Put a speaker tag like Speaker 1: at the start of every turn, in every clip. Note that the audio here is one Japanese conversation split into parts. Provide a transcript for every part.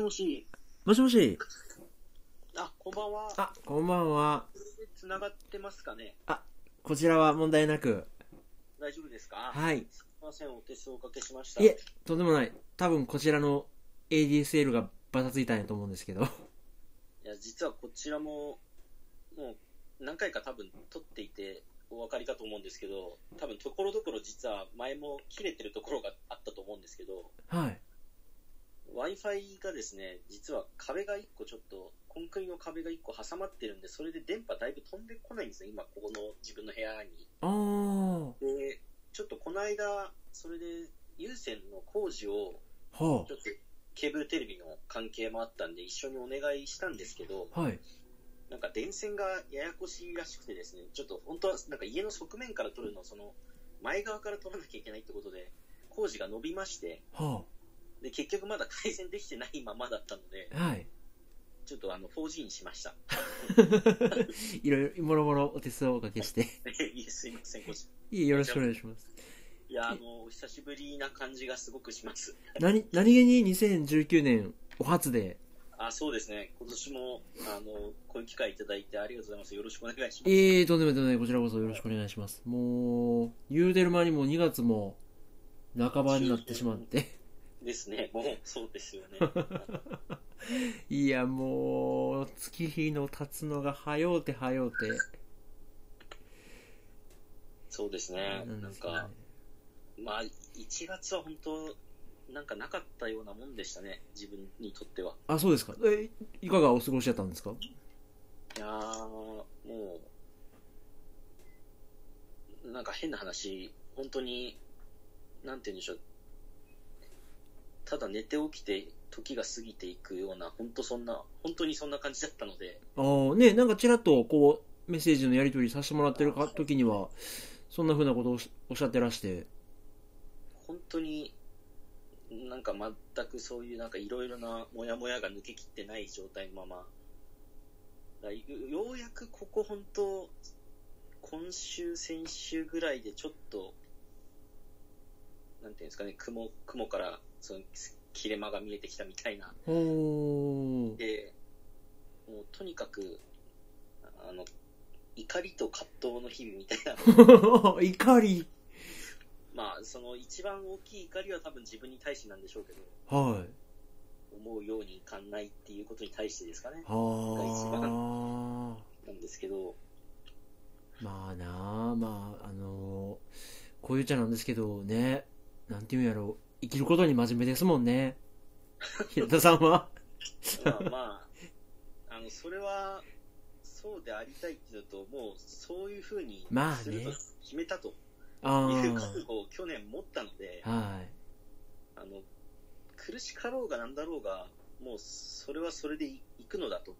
Speaker 1: もし、
Speaker 2: もしもし。
Speaker 1: あ、こんばんは。
Speaker 2: あ、こんばんは。
Speaker 1: つながってますかね
Speaker 2: こちらは問題なく。
Speaker 1: 大丈夫ですか
Speaker 2: はい。
Speaker 1: すみません、お手数をおかけしました。
Speaker 2: いえ、とんでもない。多分こちらの ADSL がバタついたんやと思うんですけど。
Speaker 1: いや、実はこちらも、もう何回か多分撮っていて、お分かりかと思うんですけど、多分ところどころ実は前も切れてるところがあったと思うんですけど、
Speaker 2: はい。
Speaker 1: Wi-Fi がですね、実は壁が1個ちょっと、コンクリの壁が1個挟まってるんで、それで電波だいぶ飛んでこないんですね、今ここの自分の部屋に。
Speaker 2: あー。
Speaker 1: で、ちょっとこの間、それで有線の工事を、
Speaker 2: は
Speaker 1: ちょっとケーブルテレビの関係もあったんで、一緒にお願いしたんですけど、
Speaker 2: あ。はい。
Speaker 1: なんか電線がややこしいらしくてですね、ちょっと本当はなんか家の側面から取るのをその前側から取らなきゃいけないってことで、工事が伸びまして、
Speaker 2: は
Speaker 1: で結局まだ改善できてないままだったので、
Speaker 2: あ。はい。
Speaker 1: ちょっとあの 4G にしました。
Speaker 2: いろいろ、もろもろお手数をおかけして。
Speaker 1: いえ、すいません、ごち
Speaker 2: いえ、よろしくお願いします。
Speaker 1: いや、あの、お久しぶりな感じがすごくします。
Speaker 2: 何、何気に2019年お初で。
Speaker 1: あ、そうですね、今年も、あの、こういう機会いただいてありがとうございます。よろしくお願いします。
Speaker 2: ええとんでもないとんでもない。こちらこそよろしくお願いします。もう、言うてる間にもう2月も半ばになってしまって。
Speaker 1: ですね、もうそうですよね。
Speaker 2: いや、もう、月日の経つのが早うて早うて。
Speaker 1: そうですね、なん
Speaker 2: か
Speaker 1: か、まあ、1月は本当、なんかなかったようなもんでしたね、自分にとっては。
Speaker 2: あ、そうですか。え、いかがお過ごしだったんですか
Speaker 1: いやー、もう、なんか変な話、本当に、なんて言うんでしょう、ただ寝て起きて、時が過ぎていくような、本当そんな、本当にそんな感じだったので、
Speaker 2: ああ、ね、なんかちらっと、こう、メッセージのやり取りさせてもらってるか時には、そんな風なことをおっしおっしゃってらして。
Speaker 1: 本当に、なんか全くそういうなんかいろいろなモヤモヤが抜けきってない状態のまま、だよようやくここ本当、今週、先週ぐらいでちょっと、なんていうんですかね、雲雲からその切れ間が見えてきたみたいな。
Speaker 2: おー。
Speaker 1: で、もうとにかく、あの、怒りと葛藤の日々みたいな
Speaker 2: 怒り。
Speaker 1: まあ、その一番大きい怒りは多分自分に対してなんでしょうけど、
Speaker 2: はい。
Speaker 1: 思うようにいかんないっていうことに対してですかね、
Speaker 2: はあ。
Speaker 1: なんですけ ど、
Speaker 2: まあなあ、まあ、あのー、こういうちゃなんですけどね、なんていうんやろう、生きることに真面目ですもんね。平田さんは。
Speaker 1: まあまあ、あのそれはそうでありたいっていうのと、もうそういうふうに
Speaker 2: まあね
Speaker 1: すると決めたと
Speaker 2: あ
Speaker 1: いう覚悟を去年持ったので、
Speaker 2: あ。はい。
Speaker 1: あの苦しかろうがなんだろうが、もうそれはそれでいいくのだと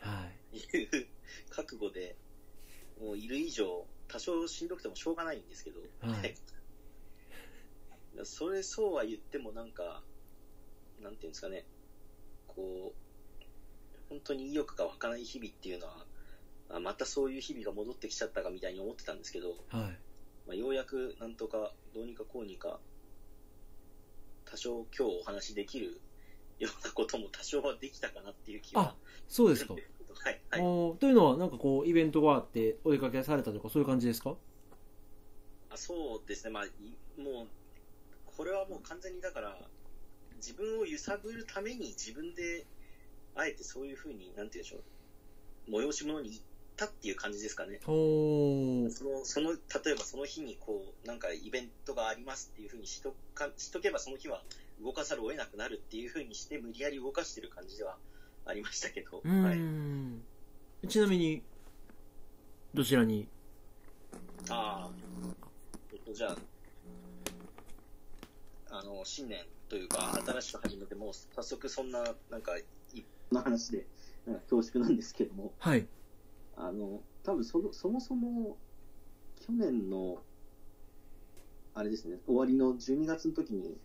Speaker 2: はい。
Speaker 1: いう 覚悟で、もういる以上、多少しんどくてもしょうがないんですけど、
Speaker 2: はい
Speaker 1: はい それそうは言ってもなんか、なんていうんですかね、こう、本当に意欲が湧かない日々っていうのは、あまたそういう日々が戻ってきちゃったかみたいに思ってたんですけど、
Speaker 2: はい。
Speaker 1: まあ、ようやくなんとか、どうにかこうにか、多少今日お話しできるようなことも多少はできたかなっていう気は
Speaker 2: あ。そうです か。
Speaker 1: はい、
Speaker 2: あ
Speaker 1: はい。
Speaker 2: ーというのは、なんかこう、イベントがあって、お出かけされたとか、そういう感じですか
Speaker 1: あそうですね、まあ、いもう、これはもう完全にだから、自分を揺さぶるために自分で、あえてそういうふうに、なんて言うんでしょう、催し物に行ったっていう感じですかね。
Speaker 2: おー。
Speaker 1: その、その、例えばその日にこう、なんかイベントがありますっていうふうにしとか、しとけばその日は動かざるを得なくなるっていうふうにして、無理やり動かしてる感じではありましたけど、
Speaker 2: うー
Speaker 1: はい。
Speaker 2: ん。ちなみに、どちらに
Speaker 1: ああ、えっと、じゃあ、あの、新年というか、新しく始めて、もう早速そんな、なんか、いな話で、なんか恐縮なんですけども、
Speaker 2: はい。
Speaker 1: あの、多分その、そもそも、去年の、あれですね、終わりの12月の時に、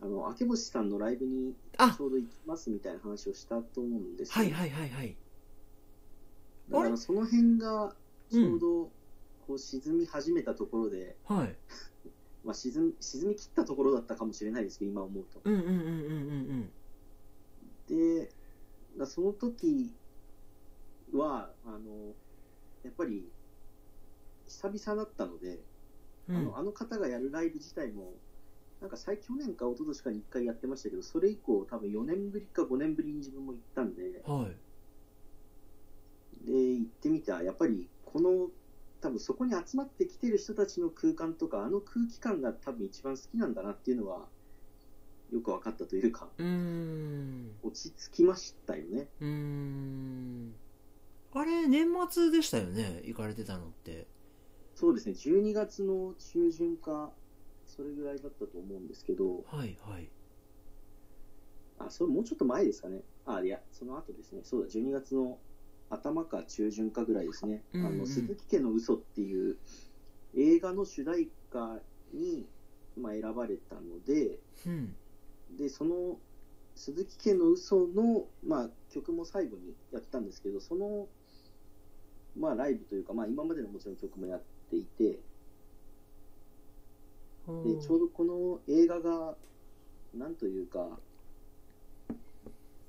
Speaker 1: あの、明星さんのライブに
Speaker 2: あ
Speaker 1: ちょうど行きますみたいな話をしたと思うんです
Speaker 2: はい
Speaker 1: ど
Speaker 2: はいはいはい。
Speaker 1: だからその辺が、ちょうど、こう沈み始めたところで、
Speaker 2: はい。
Speaker 1: まあ、沈み沈み切ったところだったかもしれないですけど、今思うと。
Speaker 2: うんうんうんうんうんうん。
Speaker 1: で、だその時は、あの、やっぱり、久々だったので、
Speaker 2: う
Speaker 1: あ
Speaker 2: ん
Speaker 1: の、あの方がやるライブ自体も、なんか最去年か一昨年かに1回やってましたけど、それ以降多分4年ぶりか5年ぶりに自分も行ったんで、
Speaker 2: はい
Speaker 1: で、行ってみたら、やっぱりこの、多分そこに集まってきてる人たちの空間とか、あの空気感が多分一番好きなんだなっていうのは、よく分かったというか、
Speaker 2: うーん
Speaker 1: 落ち着きましたよね。
Speaker 2: うーんあれ年末でしたよね行かれてたのって
Speaker 1: そうですね、12月の中旬か、それぐらいだったと思うんですけど、
Speaker 2: はいはい
Speaker 1: あ、それもうちょっと前ですかね。あ、いや、その後ですね。そうだ、12月の頭か中旬かぐらいですね。
Speaker 2: うんうん
Speaker 1: あの、鈴木家の嘘っていう映画の主題歌に、まあ、選ばれたので、
Speaker 2: うん
Speaker 1: で、その、鈴木家の嘘の、まあ、曲も最後にやったんですけど、その、まあ、ライブというか、まあ、今までのもちろん曲もやっていて、でちょうどこの映画が、なんというか、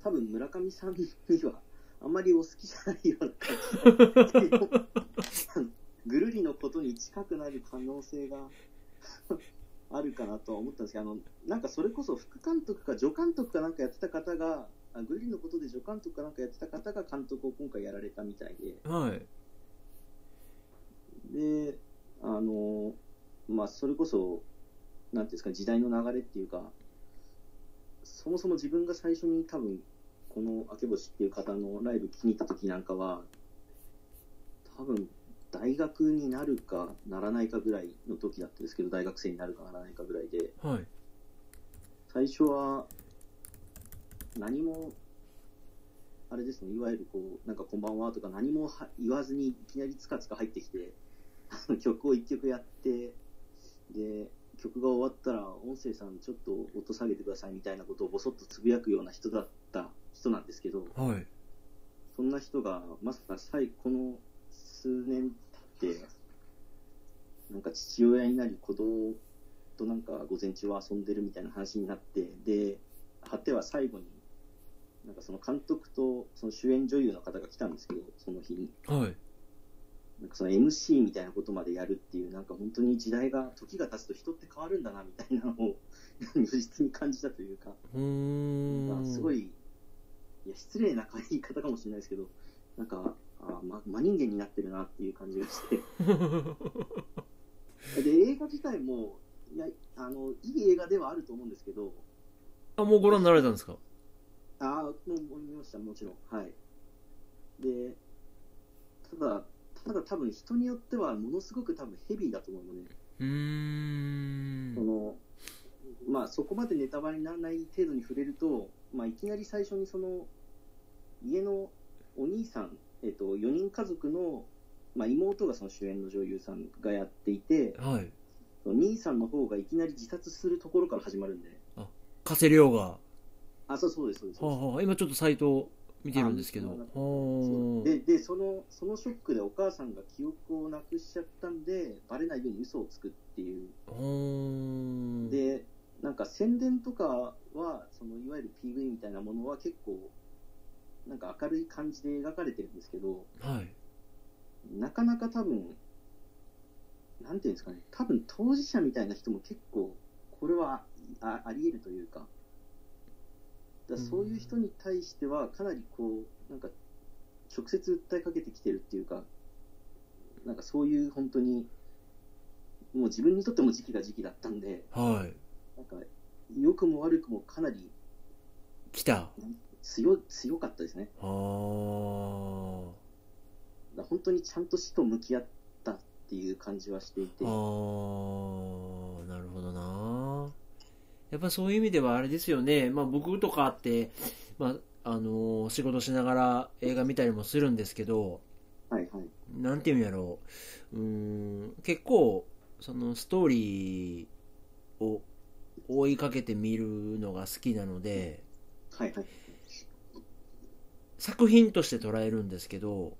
Speaker 1: 多分村上さんにはあまりお好きじゃないような感じあのぐるりのことに近くなる可能性があるかなとは思ったんですけど、あのなんかそれこそ副監督か助監督かなんかやってた方が、あぐるりのことで助監督かなんかやってた方が監督を今回やられたみたいで。
Speaker 2: はい
Speaker 1: で、あの、まあ、それこそ、なんていうんですか、時代の流れっていうか、そもそも自分が最初に多分、この明星っていう方のライブ気に入った時なんかは、多分、大学になるかならないかぐらいの時だったんですけど、大学生になるかならないかぐらいで、
Speaker 2: はい
Speaker 1: 最初は、何も、あれですね、いわゆるこう、なんかこんばんはとか何もは言わずにいきなりつかつか入ってきて、 あの曲を一曲やって、で、曲が終わったら音声さんちょっと音下げてくださいみたいなことをぼそっとつぶやくような人だった人なんですけど、
Speaker 2: はい
Speaker 1: そんな人がまさか最この数年経って、なんか父親になり子供となんか午前中は遊んでるみたいな話になって、で、果ては最後に、なんかその監督とその主演女優の方が来たんですけど、その日に。
Speaker 2: はい
Speaker 1: なんかその MC みたいなことまでやるっていう、なんか本当に時代が、時が経つと人って変わるんだなみたいなのを、 無実に感じたというか、
Speaker 2: う
Speaker 1: な
Speaker 2: ー
Speaker 1: ん
Speaker 2: ん
Speaker 1: かすごい、いや、失礼な言い方かもしれないですけど、なんか、あま、真人間になってるなっていう感じがして。で、映画自体も、いや、あの、いい映画ではあると思うんですけど、
Speaker 2: あもうご覧になられたんですか
Speaker 1: ああ、もうもう見ました、もちろん。はい。で、ただ、ただ多分人によってはものすごく多分ヘビーだと思うので、
Speaker 2: うーん
Speaker 1: そのまあ、そこまでネタバレにならない程度に触れると、まあ、いきなり最初にその家のお兄さん、えっと4人家族の、まあ、妹がその主演の女優さんがやっていて
Speaker 2: はい
Speaker 1: その兄さんの方がいきなり自殺するところから始まるんで
Speaker 2: 加瀬亮が
Speaker 1: あそうそうですそうです
Speaker 2: はあはあ、今ちょっとサイトを見てるんですけど。
Speaker 1: あ
Speaker 2: はあ
Speaker 1: そうででそのそのショックでお母さんが記憶をなくしちゃったんでバレないように嘘をつくっていう
Speaker 2: はあ
Speaker 1: でなんか宣伝とかはそのいわゆる PV みたいなものは結構なんか明るい感じで描かれてるんですけど
Speaker 2: はい。
Speaker 1: なかなか多分なんていうんですかね多分当事者みたいな人も結構これはあありえるというかだからそういう人に対してはかなりこうなんか直接訴えかけてきてるっていうかなんかそういう本当にもう自分にとっても時期が時期だったんで、
Speaker 2: はい。
Speaker 1: なんか、良くも悪くもかなり
Speaker 2: 来た。
Speaker 1: 強強かったですね。
Speaker 2: は
Speaker 1: だから本当にちゃんと死と向き合ったっていう感じはしていて
Speaker 2: あ。、はあ。なるほどな。やっぱそういう意味ではあれですよね。まあ僕とかって、まあ、あの仕事しながら映画見たりもするんですけど、
Speaker 1: はいはい。
Speaker 2: なんていうんやろう。うーん、結構、そのストーリーを追いかけて見るのが好きなので、
Speaker 1: はいはい。
Speaker 2: 作品として捉えるんですけど、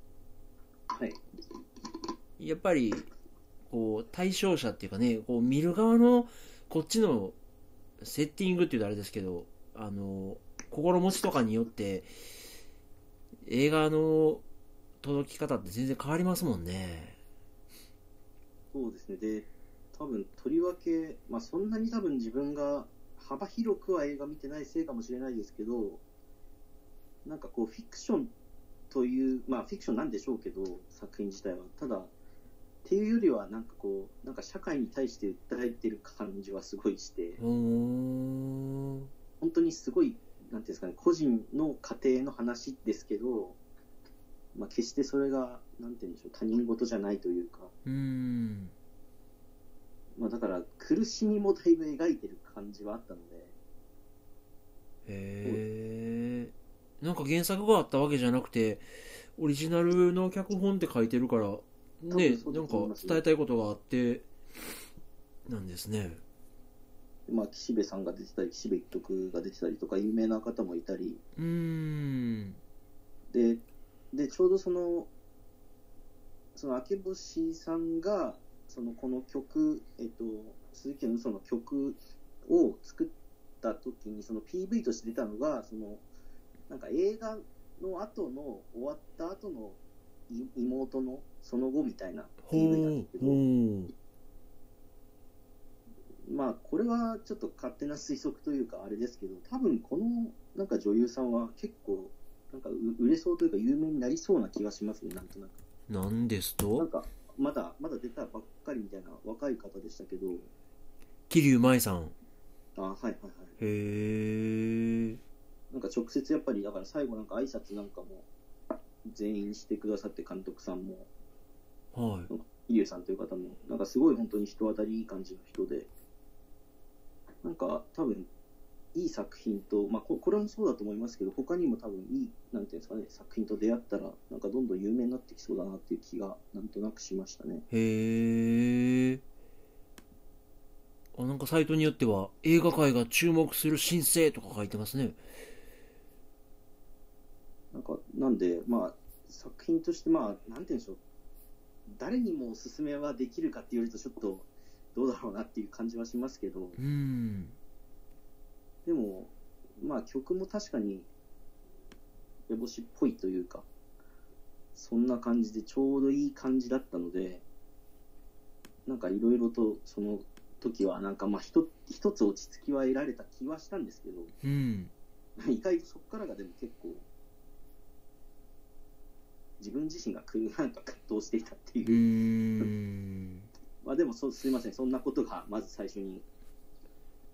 Speaker 1: はい。
Speaker 2: やっぱり、こう、対象者っていうかね、こう、見る側の、こっちの、セッティングっていうとあれですけど、あの、心持ちとかによって映画の届き方って全然変わりますもんね
Speaker 1: そうですね。で、多分、とりわけ、まあ、そんなに多分自分が幅広くは映画見てないせいかもしれないですけど、なんかこう、フィクションという、まあ、フィクションなんでしょうけど、作品自体は。ただ、っていうよりは、なんかこう、なんか社会に対して訴えてる感じはすごいして、
Speaker 2: うーん
Speaker 1: 本当にすごい、なんていうんですかね、個人の家庭の話ですけど、まあ、決してそれが、なんていうんでしょう、他人事じゃないというか、
Speaker 2: うーん
Speaker 1: まあ、だから苦しみもだいぶ描いてる感じはあったので、
Speaker 2: へえんか原作があったわけじゃなくてオリジナルの脚本って書いてるからね
Speaker 1: そうだ
Speaker 2: なん
Speaker 1: と
Speaker 2: か
Speaker 1: 思います
Speaker 2: 伝えたいことがあってなんですね
Speaker 1: まあ、岸辺さんが出てたり、岸辺一徳が出てたりとか、有名な方もいたり、
Speaker 2: うーん
Speaker 1: で、でちょうどその、その明星さんが、そのこの曲、えっと、鈴木の嘘の曲を作った時に、その PV として出たのが、その、なんか映画の後の、終わった後のい妹のその後みたいな
Speaker 2: ほ
Speaker 1: PV なんで
Speaker 2: う
Speaker 1: すけど、
Speaker 2: ほう
Speaker 1: まあ、これはちょっと勝手な推測というか、あれですけど、多分このなんか女優さんは結構、なんかう売れそうというか、有名になりそうな気がしますね、なんとなく。
Speaker 2: なんです
Speaker 1: な
Speaker 2: と
Speaker 1: んか、まだ、まだ出たばっかりみたいな若い方でしたけど、
Speaker 2: 桐生舞さん
Speaker 1: あはいはいはい。
Speaker 2: へえ
Speaker 1: なんか直接やっぱり、だから最後なんか挨拶なんかも、全員してくださって、監督さんも、
Speaker 2: はい
Speaker 1: イエさんという方も、なんかすごい本当に人当たりいい感じの人で、なんか多分、いい作品と、まあこ、これもそうだと思いますけど、他にも多分いい、なんていうんですかね、作品と出会ったら、なんかどんどん有名になってきそうだなっていう気が、なんとなくしましたね。
Speaker 2: へえあなんかサイトによっては映画界が注目する新星とか書いてますね
Speaker 1: なんか、なんで、まあ、作品として、まあ、なんていうんでしょう、誰にもおすすめはできるかって言われると、ちょっと、どうだろうなっていう感じはしますけど、
Speaker 2: うーん
Speaker 1: でも、まあ曲も確かに、烏帽子っぽいというか、そんな感じでちょうどいい感じだったので、なんかいろいろとその時は、なんかまあひと一つ落ち着きは得られた気はしたんですけど、
Speaker 2: うん
Speaker 1: 意外とそこからがでも結構、自分自身がくなんか葛藤していたって
Speaker 2: うー
Speaker 1: いう。
Speaker 2: ん
Speaker 1: まあでもそうすいません、そんなことがまず最初に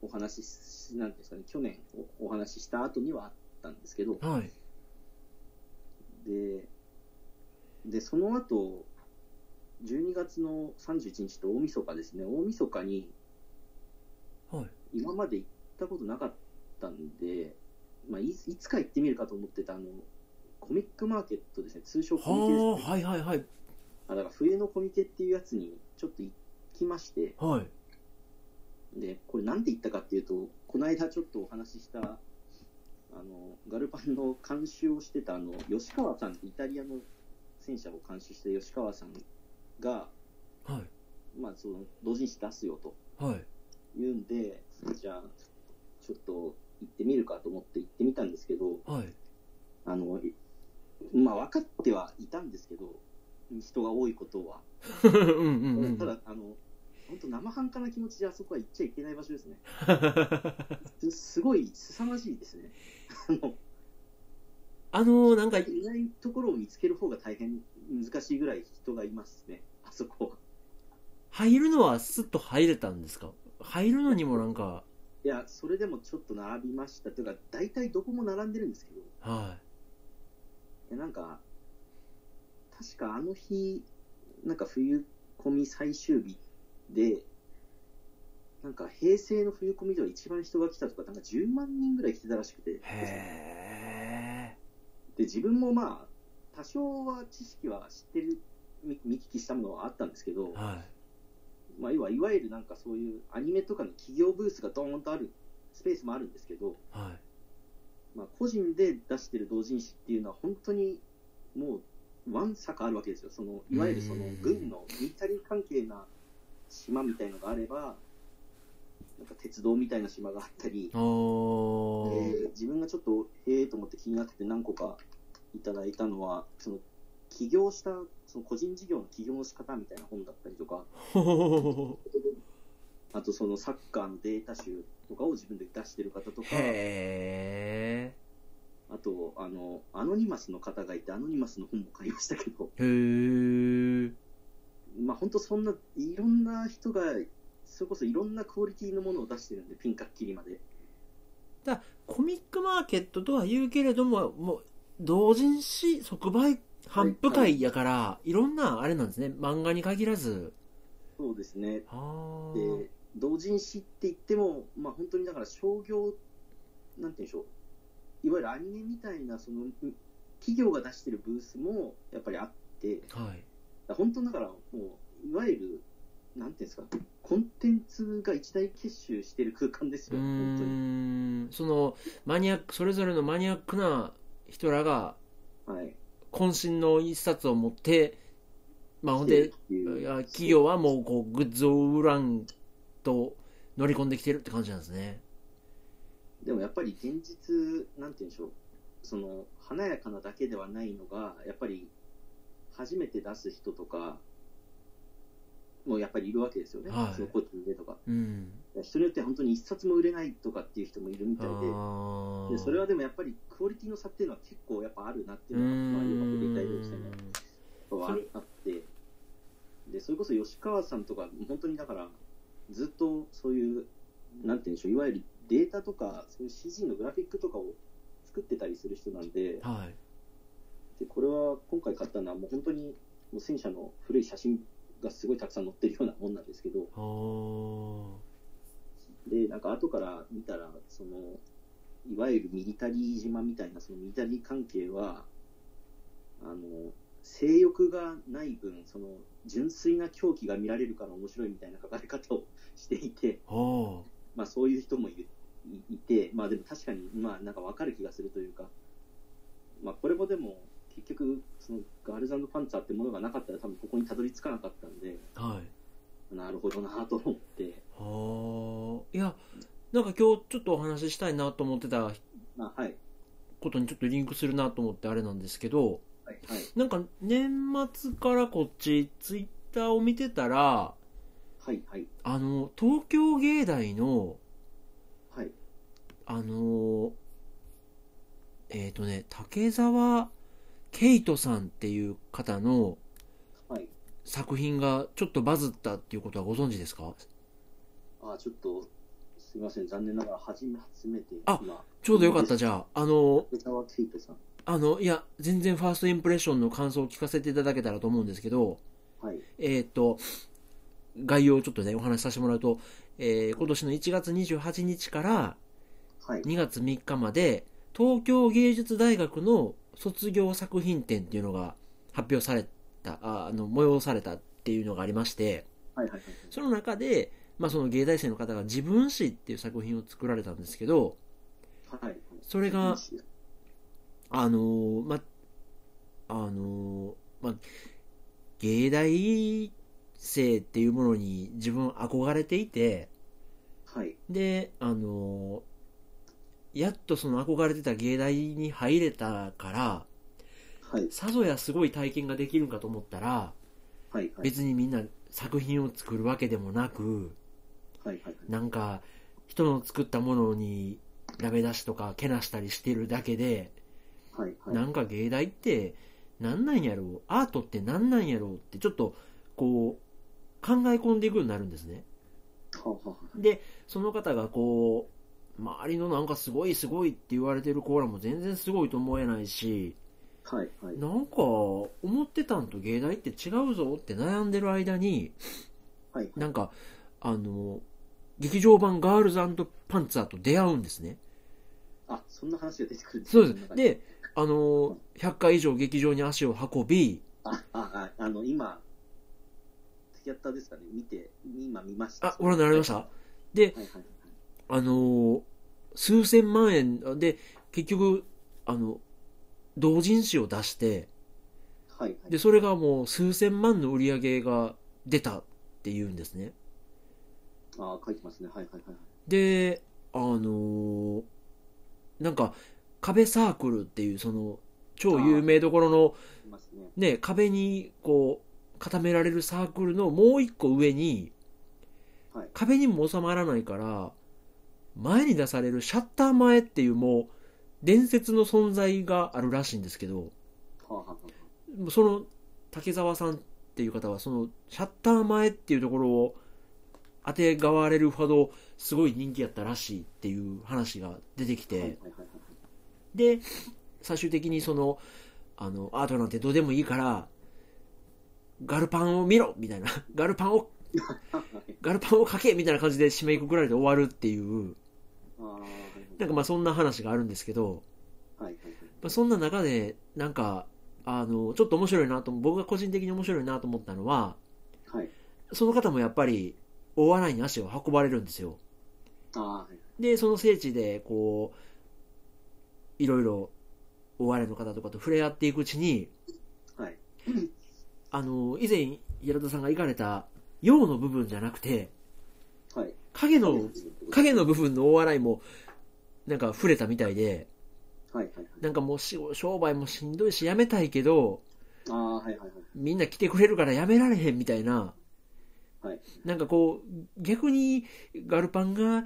Speaker 1: お話しし、なんていうんですかね、去年おお話しした後にはあったんですけど、
Speaker 2: はい
Speaker 1: で、で、その後、12月の31日と大晦日ですね、大晦日に
Speaker 2: はい
Speaker 1: 今まで行ったことなかったんで、まあ、いいつか行ってみるかと思ってたあの、コミックマーケットですね、通称コミケですね
Speaker 2: はあはいはいはい
Speaker 1: あ、だから冬のコミケっていうやつにちょっと行きまして、
Speaker 2: はい
Speaker 1: で、これなんで言ったかっていうと、この間ちょっとお話しした、あの、ガルパンの監修をしてた、あの、吉川さん、イタリアの戦車を監修して吉川さんが、
Speaker 2: はい
Speaker 1: まあ、その、同人誌出すよと
Speaker 2: はい
Speaker 1: 言うんで、じゃあ、ちょっと行ってみるかと思って行ってみたんですけど、
Speaker 2: はい
Speaker 1: あの、いまあ、分かってはいたんですけど、人が多いことは。
Speaker 2: うんうんうん
Speaker 1: ただ、あの、本当生半可な気持ちであそこは行っちゃいけない場所ですね。すすごい凄まじいですね。
Speaker 2: あのー、なんか
Speaker 1: いないところを見つける方が大変難しいぐらい人がいますね、あそこは。
Speaker 2: 入るのはスッと入れたんですか入るのにもなんか
Speaker 1: いや、それでもちょっと並びました。というか、大体どこも並んでるんですけど、い
Speaker 2: は
Speaker 1: やなんか、確かあの日、なんか冬込み最終日で、なんか平成の冬込みでは一番人が来たとか、なんか10万人ぐらい来てたらしくて
Speaker 2: い、へえ
Speaker 1: で自分もまあ多少は知識は知ってる見見聞きしたものはあったんですけど、
Speaker 2: は
Speaker 1: まあ、要はいわゆるなんかそういうアニメとかの企業ブースがドーンとあるスペースもあるんですけど、
Speaker 2: いはい
Speaker 1: まあ、個人で出してる同人誌っていうのは本当にもうわんさかあるわけですよそのいわゆるその
Speaker 2: うん
Speaker 1: 軍のミリタリー関係な島みたいのがあればなんか鉄道みたいな島があったり、
Speaker 2: あー
Speaker 1: で自分がちょっとええと思って気になってて何個かいただいたのはその起業したその個人事業の起業の仕方みたいな本だったりとか
Speaker 2: ほほほほほ
Speaker 1: あとそのサッカーのデータ集とかを自分で出してる方とか
Speaker 2: へ
Speaker 1: あとあのアノニマスの方がいてアノニマスの本も買いましたけど
Speaker 2: えへえ
Speaker 1: まあ本当そんないろんな人がそれこそいろんなクオリティのものを出してるんでピンカッキリまで
Speaker 2: コミックマーケットとは言うけれどももう同人誌即売販布会やから、い、ろんなあれなんですね漫画に限らず
Speaker 1: そうですね
Speaker 2: あー
Speaker 1: で同人誌って言っても、まあ、本当にだから商業、なんて言うんでしょう、いわゆるアニメみたいなそのう企業が出してるブースもやっぱりあって、だか
Speaker 2: はい
Speaker 1: ら本当だからもう、いわゆる、なんていうんですか、コンテンツが一大結集してる空間です
Speaker 2: う
Speaker 1: よ、
Speaker 2: ー
Speaker 1: 本当に。
Speaker 2: んそのマニアックそれぞれのマニアックな人らが
Speaker 1: はい、
Speaker 2: 渾身の一冊を持ってまあほん
Speaker 1: してる
Speaker 2: で
Speaker 1: っていう
Speaker 2: あ企業はもうこうグッズを売らんと乗り込んできてるって感じなんですね
Speaker 1: でもやっぱり現実、なんて言うんでしょう、その華やかなだけではないのが、やっぱり初めて出す人とか、もうやっぱりいるわけですよね、
Speaker 2: はい
Speaker 1: その個人でとか。
Speaker 2: うん
Speaker 1: 人によっては本当に一冊も売れないとかっていう人もいるみ
Speaker 2: あ
Speaker 1: たい
Speaker 2: ー
Speaker 1: で、でそれはでもやっぱりクオリティの差っていうのは結構やっぱあるなっていううの
Speaker 2: ー
Speaker 1: が、まあ、留学で言ったりとかしたね
Speaker 2: ん
Speaker 1: はあって、で、それこそ吉川さんとか、本当にだから、ずっとそういう、なんて言うんでしょう、いわゆるデータとか、そういう CG のグラフィックとかを作ってたりする人なんで、
Speaker 2: はい
Speaker 1: でこれは今回買ったのは、もう本当にもう戦車の古い写真がすごいたくさん載ってるようなもんなんですけど、
Speaker 2: あー
Speaker 1: で、なんか後から見たら、その、いわゆるミリタリー島みたいな、そのミリタリー関係は、あの、性欲がない分、その、純粋な狂気が見られるから面白いみたいな書かれ方を していて、
Speaker 2: あー
Speaker 1: まあそういう人もいるいいて、まあでも確かに、まあなんかわかる気がするというか、まあこれもでも、結局、そのガールズパンツァーってものがなかったら多分ここにたどり着かなかったんで、
Speaker 2: はい
Speaker 1: なるほどなぁと思って、
Speaker 2: あーいやなんか今日ちょっとお話ししたいなと思ってた
Speaker 1: まあはい、
Speaker 2: ことにちょっとリンクするなと思ってあれなんですけど
Speaker 1: はい、はい、
Speaker 2: なんか年末からこっちツイッターを見てたら
Speaker 1: はい、はい、
Speaker 2: あの東京芸大の
Speaker 1: はい、
Speaker 2: あのえっ、とね竹澤ケイトさんっていう方の
Speaker 1: はい。
Speaker 2: 作品がちょっとバズったっていうことはご存知ですか
Speaker 1: あちょっと、すいません、残念ながら、初め、初めて、
Speaker 2: あ
Speaker 1: 今、
Speaker 2: ちょうどよかったじゃああの
Speaker 1: 竹澤ケイトさん。
Speaker 2: あのいや全然ファーストインプレッションの感想を聞かせていただけたらと思うんですけど
Speaker 1: はい、
Speaker 2: えーっと、概要をちょっとね、お話しさせてもらうと、えー今年の1月28日から
Speaker 1: はい、
Speaker 2: 2月3日まで、東京芸術大学の卒業作品展っていうのが発表された、ああの、催されたっていうのがありまして、
Speaker 1: はい、はい、はい。
Speaker 2: その中で、まあその芸大生の方が自分史っていう作品を作られたんですけど、
Speaker 1: はい、
Speaker 2: それが
Speaker 1: はい、
Speaker 2: あのーま、あのーま、芸大生っていうものに自分憧れていて、
Speaker 1: はい、
Speaker 2: で、あのーやっとその憧れてた芸大に入れたから、
Speaker 1: はい、
Speaker 2: さぞやすごい体験ができるんかと思ったら、
Speaker 1: はい、はい、
Speaker 2: 別にみんな作品を作るわけでもなく、
Speaker 1: はい、はい、
Speaker 2: なんか、人の作ったものにダメ出しとかけなしたりしてるだけで、
Speaker 1: はい、はい、
Speaker 2: なんか芸大ってなんなんやろうアートってなんなんやろうってちょっとこう考え込んでいくようになるんですね
Speaker 1: ははは
Speaker 2: でその方がこう周りのなんかすごいすごいって言われてるコーラも全然すごいと思えないし
Speaker 1: はい、はい、
Speaker 2: なんか思ってたんと芸大って違うぞって悩んでる間に
Speaker 1: はい、
Speaker 2: なんかあの劇場版ガールズパンツァーと出会うんですね
Speaker 1: あ、そんな話が出てくるん
Speaker 2: そうです
Speaker 1: ね
Speaker 2: であの100回以上劇場に足を運び
Speaker 1: あ、あ、ああの、今、ツイッターですかね、見て、今見ました。
Speaker 2: あご覧になられました
Speaker 1: は
Speaker 2: で
Speaker 1: い、はい、はい。
Speaker 2: あのー数千万円で、結局、あの、同人誌を出して、
Speaker 1: はい、はい。
Speaker 2: で、それがもう数千万の売り上げが出たっていうんですね。
Speaker 1: ああ、書いてますね。はいはいはい。
Speaker 2: であのーなんか壁サークルっていうその超有名どころの、
Speaker 1: いますね。
Speaker 2: ね、壁にこう固められるサークルのもう一個上に、
Speaker 1: はい
Speaker 2: 壁にも収まらないから前に出されるシャッター前っていうもう伝説の存在があるらしいんですけ
Speaker 1: は
Speaker 2: ど
Speaker 1: あ、はあはあ、
Speaker 2: もうその竹澤さんっていう方はそのシャッター前っていうところを当てがわれるほどすごい人気やったらしいっていう話が出てきて、
Speaker 1: はいはいはいはい。
Speaker 2: で最終的にそのあのアートなんてどうでもいいからガルパンを見ろみたいな ガルパンをガルパンをかけみたいな感じで締めくくられて終わるっていう
Speaker 1: ああ、はい
Speaker 2: なんかまあそんな話があるんですけど、
Speaker 1: はいはいはい。
Speaker 2: まあ、そんな中でなんかあのちょっと面白いなと僕が個人的に面白いなと思ったのは
Speaker 1: はい。
Speaker 2: その方もやっぱり大笑いに足を運ばれるんですよ
Speaker 1: ああ、はい。
Speaker 2: でその聖地でこういろいろお笑いの方とかと触れ合っていくうちに
Speaker 1: はい。
Speaker 2: あの以前平田さんが行かれた陽の部分じゃなくて
Speaker 1: はい。
Speaker 2: 影の
Speaker 1: はい
Speaker 2: 影の部分の大笑いもなんか触れたみたいで
Speaker 1: はいはい。
Speaker 2: なんかもうし商売もしんどいしやめたいけど
Speaker 1: ああ、はいはいはい。
Speaker 2: みんな来てくれるからやめられへんみたいな
Speaker 1: はい。
Speaker 2: なんかこう逆にガルパンが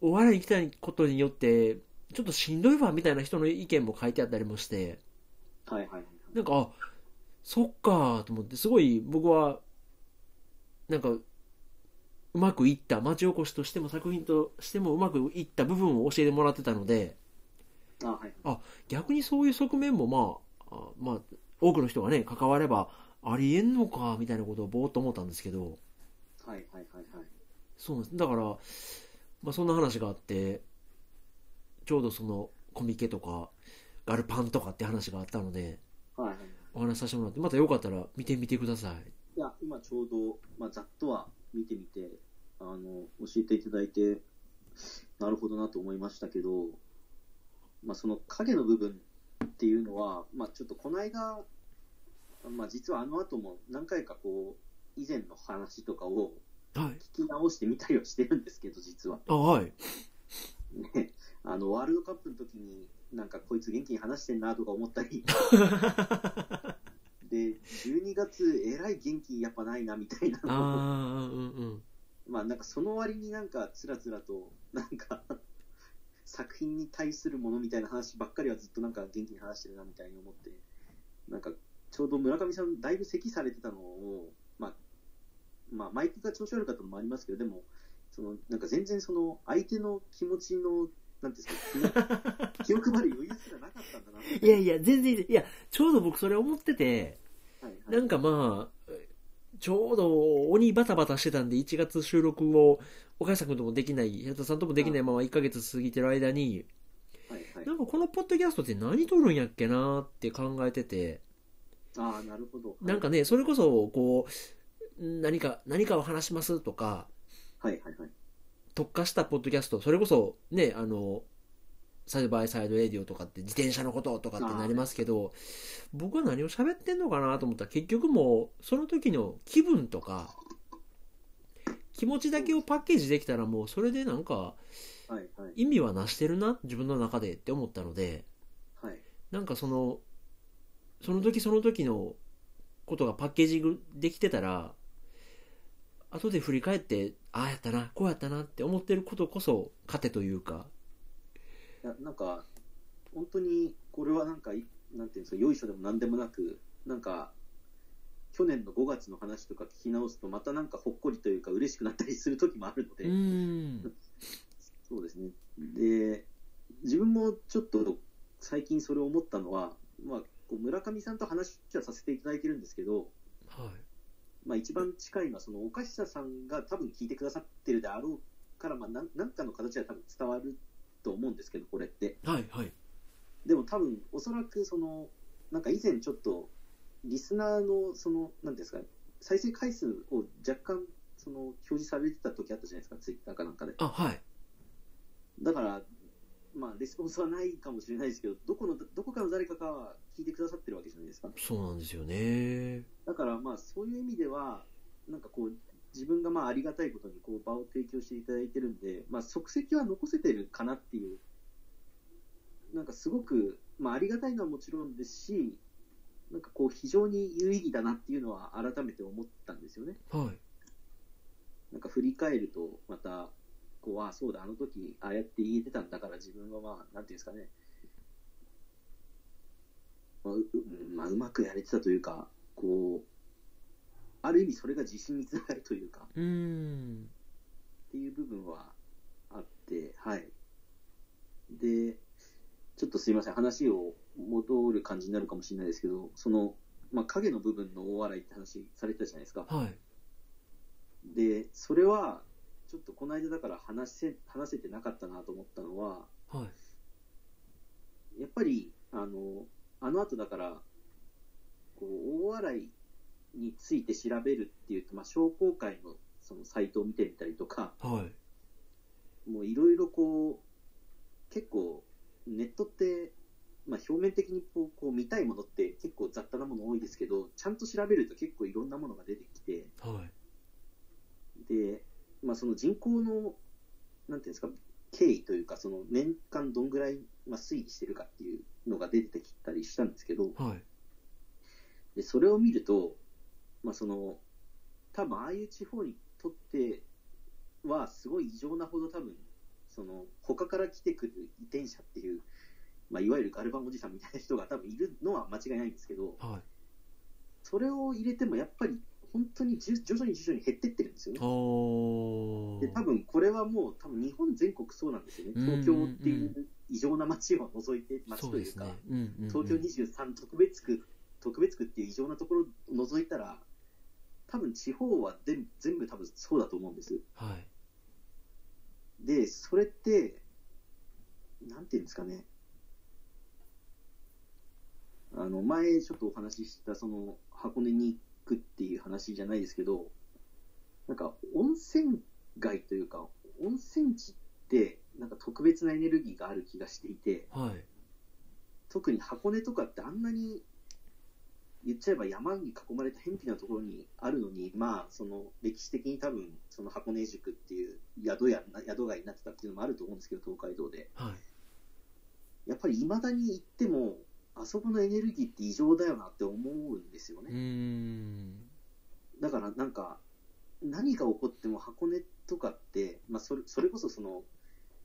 Speaker 2: お笑いに来たことによってちょっとしんどいわみたいな人の意見も書いてあったりもして
Speaker 1: はいはいはい。
Speaker 2: なんかあそっかと思ってすごい僕はなんかうまくいった町おこしとしても作品としてもうまくいった部分を教えてもらってたので
Speaker 1: ああ、はい。
Speaker 2: 逆にそういう側面もまああまあ多くの人がね関わればありえんのかみたいなことをぼーっと思ったんですけど
Speaker 1: はいはいはいはい。
Speaker 2: そうなんですだから、まあ、そんな話があってちょうどそのコミケとかガルパンとかって話があったので
Speaker 1: はいはい。
Speaker 2: お話しさせてもらってまたよかったら見てみてください
Speaker 1: いや、今ちょうど、まあ、ざっとは見てみて、あの、教えていただいて、なるほどなと思いましたけど、まあ、その影の部分っていうのは、まあ、ちょっとこの間、まあ、実はあの後も何回かこう、以前の話とかを
Speaker 2: はい
Speaker 1: 聞き直してみたりはしてるんですけど、実は。
Speaker 2: あはい
Speaker 1: ね、あの、ワールドカップの時に、なんかこいつ元気に話してんなとか思ったり、で、12月、えらい元気やっぱないなみたいな
Speaker 2: ああ
Speaker 1: のを
Speaker 2: うんうん
Speaker 1: まあなんかその割になんかつらつらとなんか 作品に対するものみたいな話ばっかりはずっとなんか元気に話してるなみたいに思ってなんかちょうど村上さんだいぶ咳されてたのをまあまあマイクが調子悪かったのもありますけどでもそのなんか全然その相手の気持ちのなんていうんですか 気を気を配る余裕すらなかったんだなって
Speaker 2: いやいや全然いやちょうど僕それ思ってて
Speaker 1: はいはい
Speaker 2: なんかまあちょうど鬼バタバタしてたんで1月収録を岡井さんともできない平田さんともできないまま1ヶ月過ぎてる間に
Speaker 1: はいはい
Speaker 2: なんかこのポッドキャストって何撮るんやっけなって考えてて
Speaker 1: ああなるほど
Speaker 2: なんかねそれこそこう何か何かを話しますとか
Speaker 1: はいはいはい
Speaker 2: 特化したポッドキャストそれこそねあのサイドバイサイドレディオとかって自転車のこととかってなりますけど僕は何を喋ってんのかなと思ったら結局もうその時の気分とか気持ちだけをパッケージできたらもうそれでなんか
Speaker 1: はいはい
Speaker 2: 意味はなしてるな自分の中でって思ったので
Speaker 1: はい
Speaker 2: なんかそのその時その時のことがパッケージングできてたら後で振り返ってああやったなこうやったなって思ってることこそ糧というか
Speaker 1: いやなんか本当にこれはなんかいなんていうんですかよいしょでもなんでもなくなんか去年の5月の話とか聞き直すとまたなんかほっこりというか嬉しくなったりする時もあるの
Speaker 2: う
Speaker 1: で、
Speaker 2: ーん
Speaker 1: そうですねで自分もちょっと最近それを思ったのは、まあ、こう村上さんと話はさせていただいてるんですけど、
Speaker 2: はい
Speaker 1: まあ、一番近いのはその岡下さんが多分聞いてくださってるであろうから、まあ、なんなんかの形では多分伝わると思うんですけどこれって。
Speaker 2: はいはい
Speaker 1: でも多分、おそらくその、なんか以前ちょっと、リスナーの、その、なんていうんですか、再生回数を若干、その、表示されてた時あったじゃないですか、ツイッターかなんかで。
Speaker 2: あはい
Speaker 1: だから、まあ、レスポンスはないかもしれないですけど、どこの、どこかの誰かが聞いてくださってるわけじゃないですか。
Speaker 2: そうなんですよね
Speaker 1: だから、まあ、そういう意味では、なんかこう、自分がまあありがたいことにこう場を提供していただいてるんで、まあ、足跡は残せてるかなっていう、なんかすごく、まあ、ありがたいのはもちろんですし、なんかこう、非常に有意義だなっていうのは改めて思ったんですよね。
Speaker 2: はい。
Speaker 1: なんか振り返ると、また、こう、ああ、そうだ、あの時、ああやって言えてたんだから、自分はまあ、なんていうんですかね、まあ、ううまあ、うまくやれてたというか、こう、ある意味それが自信につながるというか、
Speaker 2: うーん。
Speaker 1: っていう部分はあって、はい。で、ちょっとすいません、話を戻る感じになるかもしれないですけど、その、まあ、影の部分の大笑いって話されてたじゃないですか。
Speaker 2: はい。
Speaker 1: で、それは、ちょっとこの間だから話せ、話せてなかったなと思ったのは、
Speaker 2: はい。
Speaker 1: やっぱり、あの、あの後だから、こう、大洗について調べるっていうと、まあ、商工会のそのサイトを見てみたりとか、
Speaker 2: はい。
Speaker 1: もういろいろこう、結構、ネットって、まあ、表面的にこうこう見たいものって結構雑多なもの多いですけど、ちゃんと調べると結構いろんなものが出てきて、
Speaker 2: はい。
Speaker 1: で、まあ、その人口の、なんていうんですか、経緯というか、その年間どんぐらい、まあ、推移してるかっていうのが出てきたりしたんですけど、
Speaker 2: はい。
Speaker 1: でそれを見ると、まあ、その多分ああいう地方にとっては、すごい異常なほど、多分その他から来てくる移転者っていう、まあ、いわゆるガルバンおじさんみたいな人が多分いるのは間違いないんですけど、
Speaker 2: はい。
Speaker 1: それを入れてもやっぱり、本当にじゅ徐々に徐々に減ってってるんですよね
Speaker 2: あ。ー
Speaker 1: で多分これはもう多分日本全国そうなんですよね、
Speaker 2: うん
Speaker 1: 東京っていう異常な街を除いて、街
Speaker 2: そう
Speaker 1: と
Speaker 2: で
Speaker 1: いう
Speaker 2: す
Speaker 1: か、
Speaker 2: ね。うんうんうん、
Speaker 1: 東京23特別区、特別区っていう異常なところを除いたら、多分地方は全部全部多分そうだと思うんです。
Speaker 2: はい。
Speaker 1: で、それって、なんていうんですかね、あの前ちょっとお話しした、その箱根に行くっていう話じゃないですけど、なんか温泉街というか、温泉地って、なんか特別なエネルギーがある気がしていて、
Speaker 2: はい。
Speaker 1: 特に箱根とかってあんなに、言っちゃえば山に囲まれた偏僻なところにあるのに、まあ、その歴史的に多分、その箱根宿っていう宿や、宿街になってたっていうのもあると思うんですけど、東海道で。
Speaker 2: はい。
Speaker 1: やっぱり未だに行っても、あそこのエネルギーって異常だよなって思うんですよ
Speaker 2: う
Speaker 1: ね。
Speaker 2: ーん。
Speaker 1: だからなんか、何が起こっても箱根とかって、まあ、それそれこそその、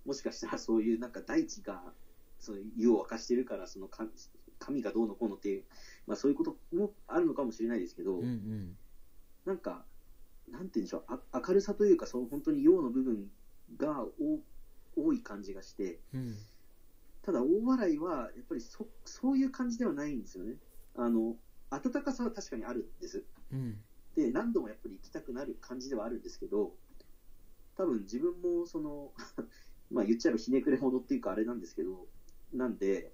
Speaker 1: もしかしたらそういうなんか大地がその湯を沸かしてるからその神、神がどうのこうのっていう、まあ、そういうこともあるのかもしれないですけど、
Speaker 2: うんうん。
Speaker 1: なんか、なんて言うんでしょう、あ明るさというか、その本当に陽の部分がお多い感じがして、
Speaker 2: うん。
Speaker 1: ただ大笑いはやっぱりそそういう感じではないんですよね。あの温かさは確かにあるんです。
Speaker 2: うん。
Speaker 1: で何度もやっぱり行きたくなる感じではあるんですけど多分自分もその まあ言っちゃえばひねくれ者っていうかあれなんですけどなんで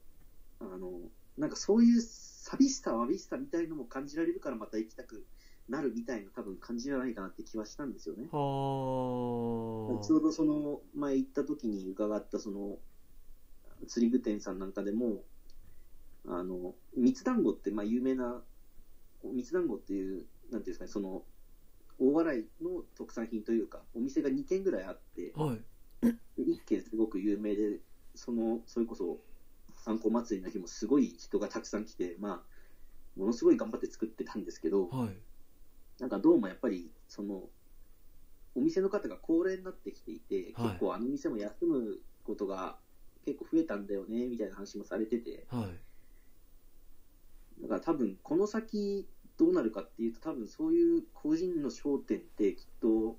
Speaker 1: あのなんかそういう寂しさわびしさみたいのも感じられるからまた行きたくなるみたいな多分感じじゃないかなって気はしたんですよね
Speaker 2: はー
Speaker 1: ちょうどその前行った時に伺ったその釣り具店さんなんかでもあの三つ団子ってまあ有名な三つ団子っていうなんていうんですかねその大洗の特産品というかお店が2軒ぐらいあって
Speaker 2: はい。
Speaker 1: 1軒すごく有名でそのそれこそ参考祭りの日もすごい人がたくさん来てまあものすごい頑張って作ってたんですけど、
Speaker 2: はい。
Speaker 1: なんかどうもやっぱり、その、お店の方が高齢になってきていて、
Speaker 2: はい
Speaker 1: 結構あの店も休むことが結構増えたんだよね、みたいな話もされてて、
Speaker 2: はい。
Speaker 1: だから多分この先どうなるかっていうと、多分そういう個人の商店ってきっと、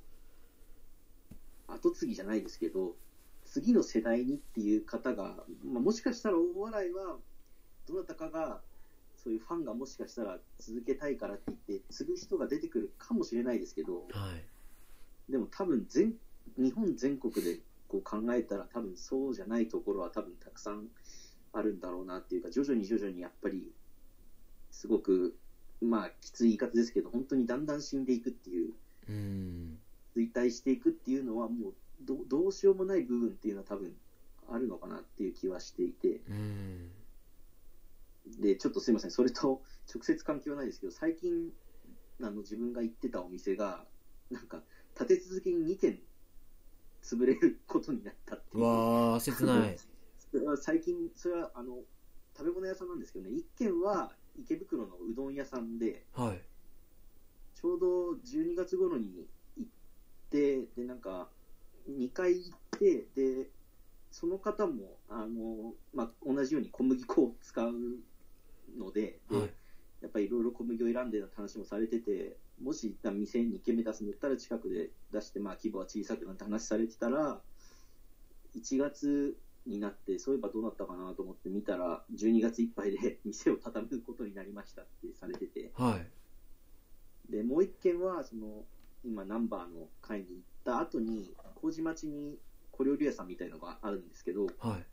Speaker 1: 後継ぎじゃないですけど、次の世代にっていう方が、まあ、もしかしたら大笑いは、どなたかが、そういうファンがもしかしたら続けたいからって言って、継ぐ人が出てくるかもしれないですけど、
Speaker 2: はい。
Speaker 1: でも多分全日本全国でこう考えたら多分そうじゃないところは多分たくさんあるんだろうなっていうか徐々に徐々にやっぱりすごくまあきつい言い方ですけど本当にだんだん死んでいくっていう
Speaker 2: うーん。
Speaker 1: 衰退していくっていうのはもうどどうしようもない部分っていうのは多分あるのかなっていう気はしていて
Speaker 2: うーん。
Speaker 1: でちょっとすいませんそれと直接関係はないですけど最近あの自分が行ってたお店がなんか、立て続けに2点潰れることになったっていう。
Speaker 2: わあ切ない
Speaker 1: それは最近、それはあの食べ物屋さんなんですけどね、1軒は池袋のうどん屋さんで、
Speaker 2: はい
Speaker 1: ちょうど12月頃に行って、で、なんか、2回行って、で、その方も、あの、まあ、同じように小麦粉を使うので、で
Speaker 2: はい
Speaker 1: やっぱりいろいろ小麦を選んでたって話もされてて、もし一旦店に決め出すんだったら近くで出して、まあ、規模は小さくなんて話されてたら、1月になって、そういえばどうなったかなと思って見たら、12月いっぱいで 店を畳むことになりましたってされてて、
Speaker 2: はい
Speaker 1: でもう一軒はその今ナンバーの会に行った後に麹町に小料理屋さんみたいのがあるんですけど
Speaker 2: はい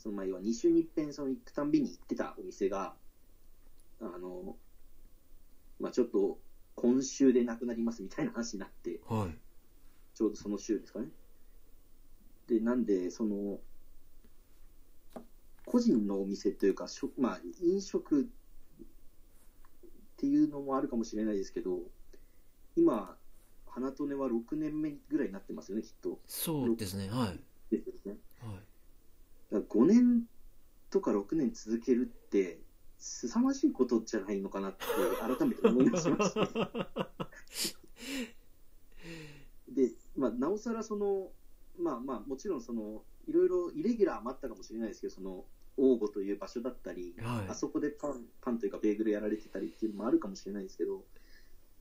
Speaker 1: その前は2週に一遍その行くたんびに行ってたお店があのまあちょっと今週でなくなりますみたいな話になって
Speaker 2: はい
Speaker 1: ちょうどその週ですかねでなんでその個人のお店というか、しょまあ、飲食っていうのもあるかもしれないですけど、今、花とねは6年目ぐらいになってますよね、きっと。
Speaker 2: そうですねはい
Speaker 1: ですよね。
Speaker 2: はい
Speaker 1: だから5年とか6年続けるって、凄まじいことじゃないのかなって、改めて思い出しま した。で、まあ、なおさらその、まあまあ、もちろんその、いろいろイレギュラーもあったかもしれないですけど、その、王吾という場所だったり、
Speaker 2: はい
Speaker 1: あそこでパンパンというかベーグルやられてたりっていうのもあるかもしれないですけど、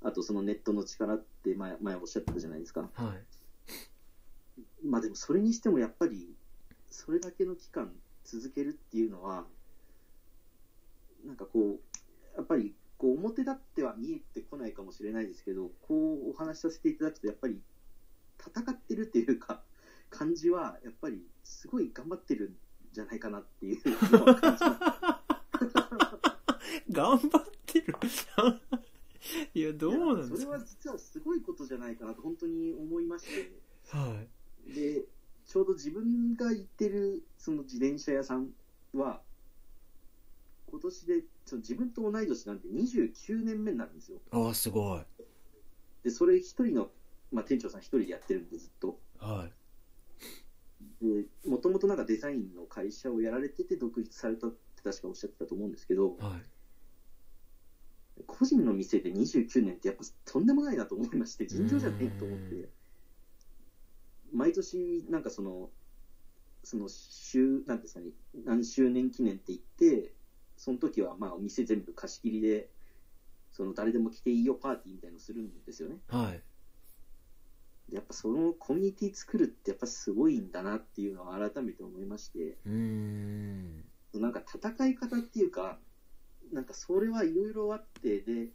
Speaker 1: あとそのネットの力って前前おっしゃってたじゃないですか。
Speaker 2: はい
Speaker 1: まあでもそれにしてもやっぱり、それだけの期間続けるっていうのは、なんかこう、やっぱりこう表立っては見えてこないかもしれないですけど、こうお話しさせていただくと、やっぱり戦ってるっていうか、感じは、やっぱりすごい頑張ってるんじゃないかなっていうのは感じます。
Speaker 2: 頑張ってる いやどうな
Speaker 1: いや
Speaker 2: んで
Speaker 1: それ
Speaker 2: すか
Speaker 1: は実はすごいことじゃないかなと本当に思いまして。
Speaker 2: は
Speaker 1: で、ちょうど自分が行ってるその自転車屋さんは、今年でその自分と同い年なんて29年目になるんですよ。
Speaker 2: いああすごい
Speaker 1: で、それ一人の、まあ、店長さん一人でやってるんで、ずっと。
Speaker 2: はい
Speaker 1: で、もともとなんかデザインの会社をやられてて、独立されたって確かおっしゃってたと思うんですけど、
Speaker 2: はい
Speaker 1: 個人の店で29年ってやっぱとんでもないなと思いまして、尋常じゃねえと思っ
Speaker 2: うん
Speaker 1: て、毎年なんかその、その週、なんていうんですかね、何周年記念って言って、その時はまあお店全部貸し切りで、その誰でも来ていいよパーティーみたいのするんですよね。
Speaker 2: はい
Speaker 1: でやっぱそのコミュニティ作るってやっぱすごいんだなっていうのを改めて思いまして、
Speaker 2: うーん
Speaker 1: なんか戦い方っていうか、なんかそれはいろいろあって、で、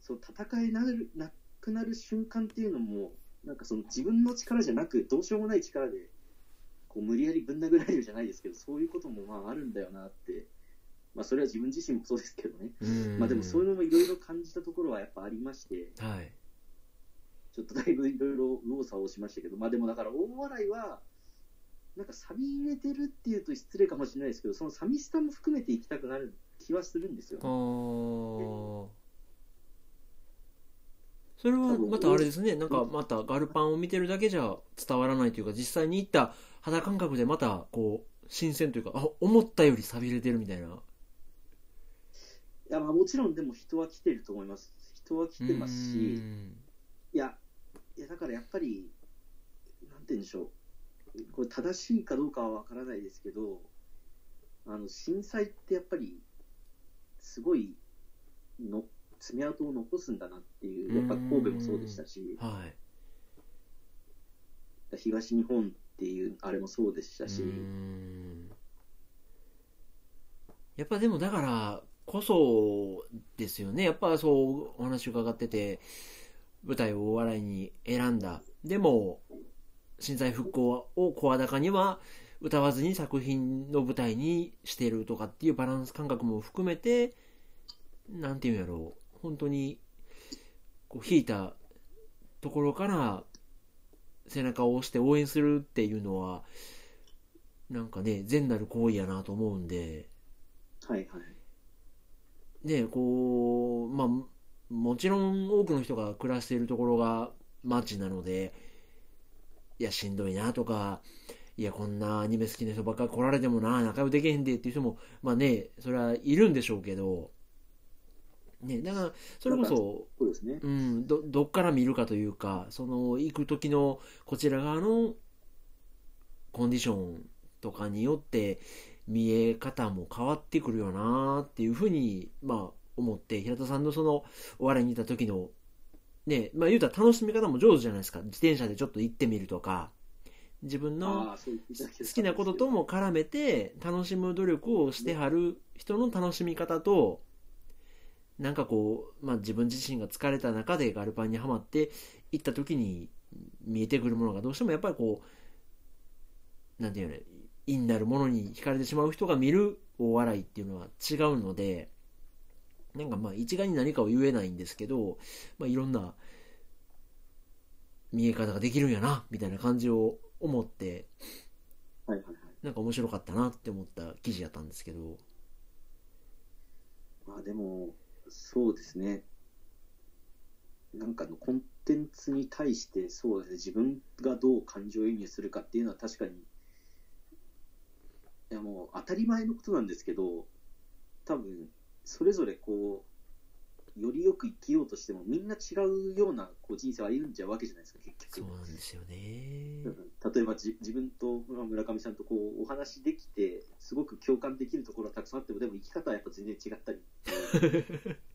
Speaker 1: そう戦いなるなくなる瞬間っていうのも、なんかその自分の力じゃなく、どうしようもない力で、こう無理やりぶん殴られるじゃないですけど、そういうこともまああるんだよなって、まあそれは自分自身もそうですけどね、
Speaker 2: うーん
Speaker 1: まあでもそういうのもいろいろ感じたところはやっぱありまして、
Speaker 2: はい
Speaker 1: ちょっとだいぶいろいろ右往左往しましたけど、まあでもだから大笑いは、なんか錆びれてるっていうと失礼かもしれないですけど、その寂しさも含めていきたくなる気はするんですよ
Speaker 2: あ
Speaker 1: ね。
Speaker 2: ーそれはまたあれですねなんかまたガルパンを見てるだけじゃ伝わらないというか実際に行った肌感覚でまたこう新鮮というかあ思ったより寂れてるみたいない
Speaker 1: やまあもちろんでも人は来てると思います。人は来てます
Speaker 2: うー
Speaker 1: し、
Speaker 2: ん
Speaker 1: いや、いやだからやっぱり、なんて言うんでしょう、これ正しいかどうかはわからないですけど、あの震災ってやっぱり、すごいの爪痕を残すんだなっていう、やっぱ神戸もそうでしたし。
Speaker 2: はい
Speaker 1: 東日本っていうあれもそうでしたし、
Speaker 2: うーんやっぱでもだからこそですよねやっぱそうお話伺ってて舞台を大笑いに選んだでも震災復興を声高には歌わずに作品の舞台にしてるとかっていうバランス感覚も含めてなんていうんやろう本当にこう引いたところから背中を押して応援するっていうのはなんかね、善なる行為やなと思うんで、
Speaker 1: はいはい。
Speaker 2: ね、こう、まあ、もちろん多くの人が暮らしているところが街なのでいやしんどいなとかいやこんなアニメ好きな人ばっかり来られてもな仲良くできへんでっていう人もまあねそれはいるんでしょうけどねだからそれこそ
Speaker 1: そうですね。
Speaker 2: うん、どどっから見るかというかその行く時のこちら側のコンディションとかによって見え方も変わってくるよなっていうふうに、まあ、思って平田さんのそのお笑いにいた時のねまあ言うたら楽しみ方も上手じゃないですか自転車でちょっと行ってみるとか自分の
Speaker 1: ああ、そう言っていただけ
Speaker 2: 好
Speaker 1: る
Speaker 2: きなこととも絡めて楽しむ努力をしてはる人の楽しみ方となんかこう、まあ、自分自身が疲れた中でガルパンにはまっていった時に見えてくるものがどうしてもやっぱりこうなんていうの意になるものに惹かれてしまう人が見るお笑いっていうのは違うのでなんかまあ一概に何かを言えないんですけど、まあ、いろんな見え方ができるんやなみたいな感じを思って
Speaker 1: はいはいはい。
Speaker 2: なんか面白かったなって思った記事やったんですけど、
Speaker 1: まあでも、そうですね。なんかのコンテンツに対して、そうですね、自分がどう感情移入するかっていうのは確かに、いやもう当たり前のことなんですけど、多分、それぞれこう、よりよく生きようとしても、みんな違うようなこう人生を歩んじゃうわけじゃないですか、結局。
Speaker 2: そうなんですよ
Speaker 1: う
Speaker 2: ね。
Speaker 1: ん例えばじ自分とまあ村上さんとこうお話できてすごく共感できるところはたくさんあってもでも生き方はやっぱ全然違ったり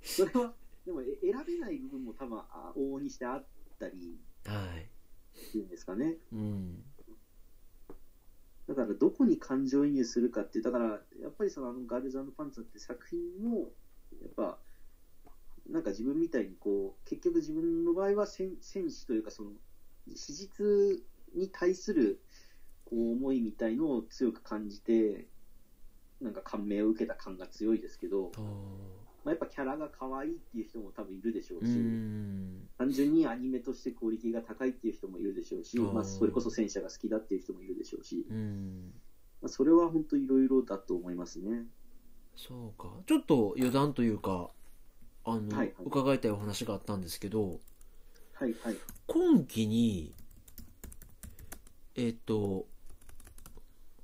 Speaker 1: それはでもえ選べない部分も多分あ往々にしてあったり
Speaker 2: はい。
Speaker 1: っていうんですかね
Speaker 2: うん。
Speaker 1: だからどこに感情移入するかってだからやっぱりそのあのガールズパンツァーって作品もやっぱなんか自分みたいにこう結局自分の場合は戦戦士というかその史実に対するこう思いみたいのを強く感じてなんか感銘を受けた感が強いですけど、
Speaker 2: と、
Speaker 1: まあ、やっぱキャラが可愛いっていう人も多分いるでしょう
Speaker 2: う
Speaker 1: し、
Speaker 2: ん。
Speaker 1: 単純にアニメとしてクオリティが高いっていう人もいるでしょうし、
Speaker 2: うん
Speaker 1: まあ、それこそ戦車が好きだっていう人もいるでしょうし。
Speaker 2: うん。
Speaker 1: まあ、それは本当いろいろだと思いますね。
Speaker 2: そうか。ちょっと余談というか、あの、
Speaker 1: はいはい
Speaker 2: 伺いたいお話があったんですけど、
Speaker 1: はいはい。
Speaker 2: 今期に、えっ、と、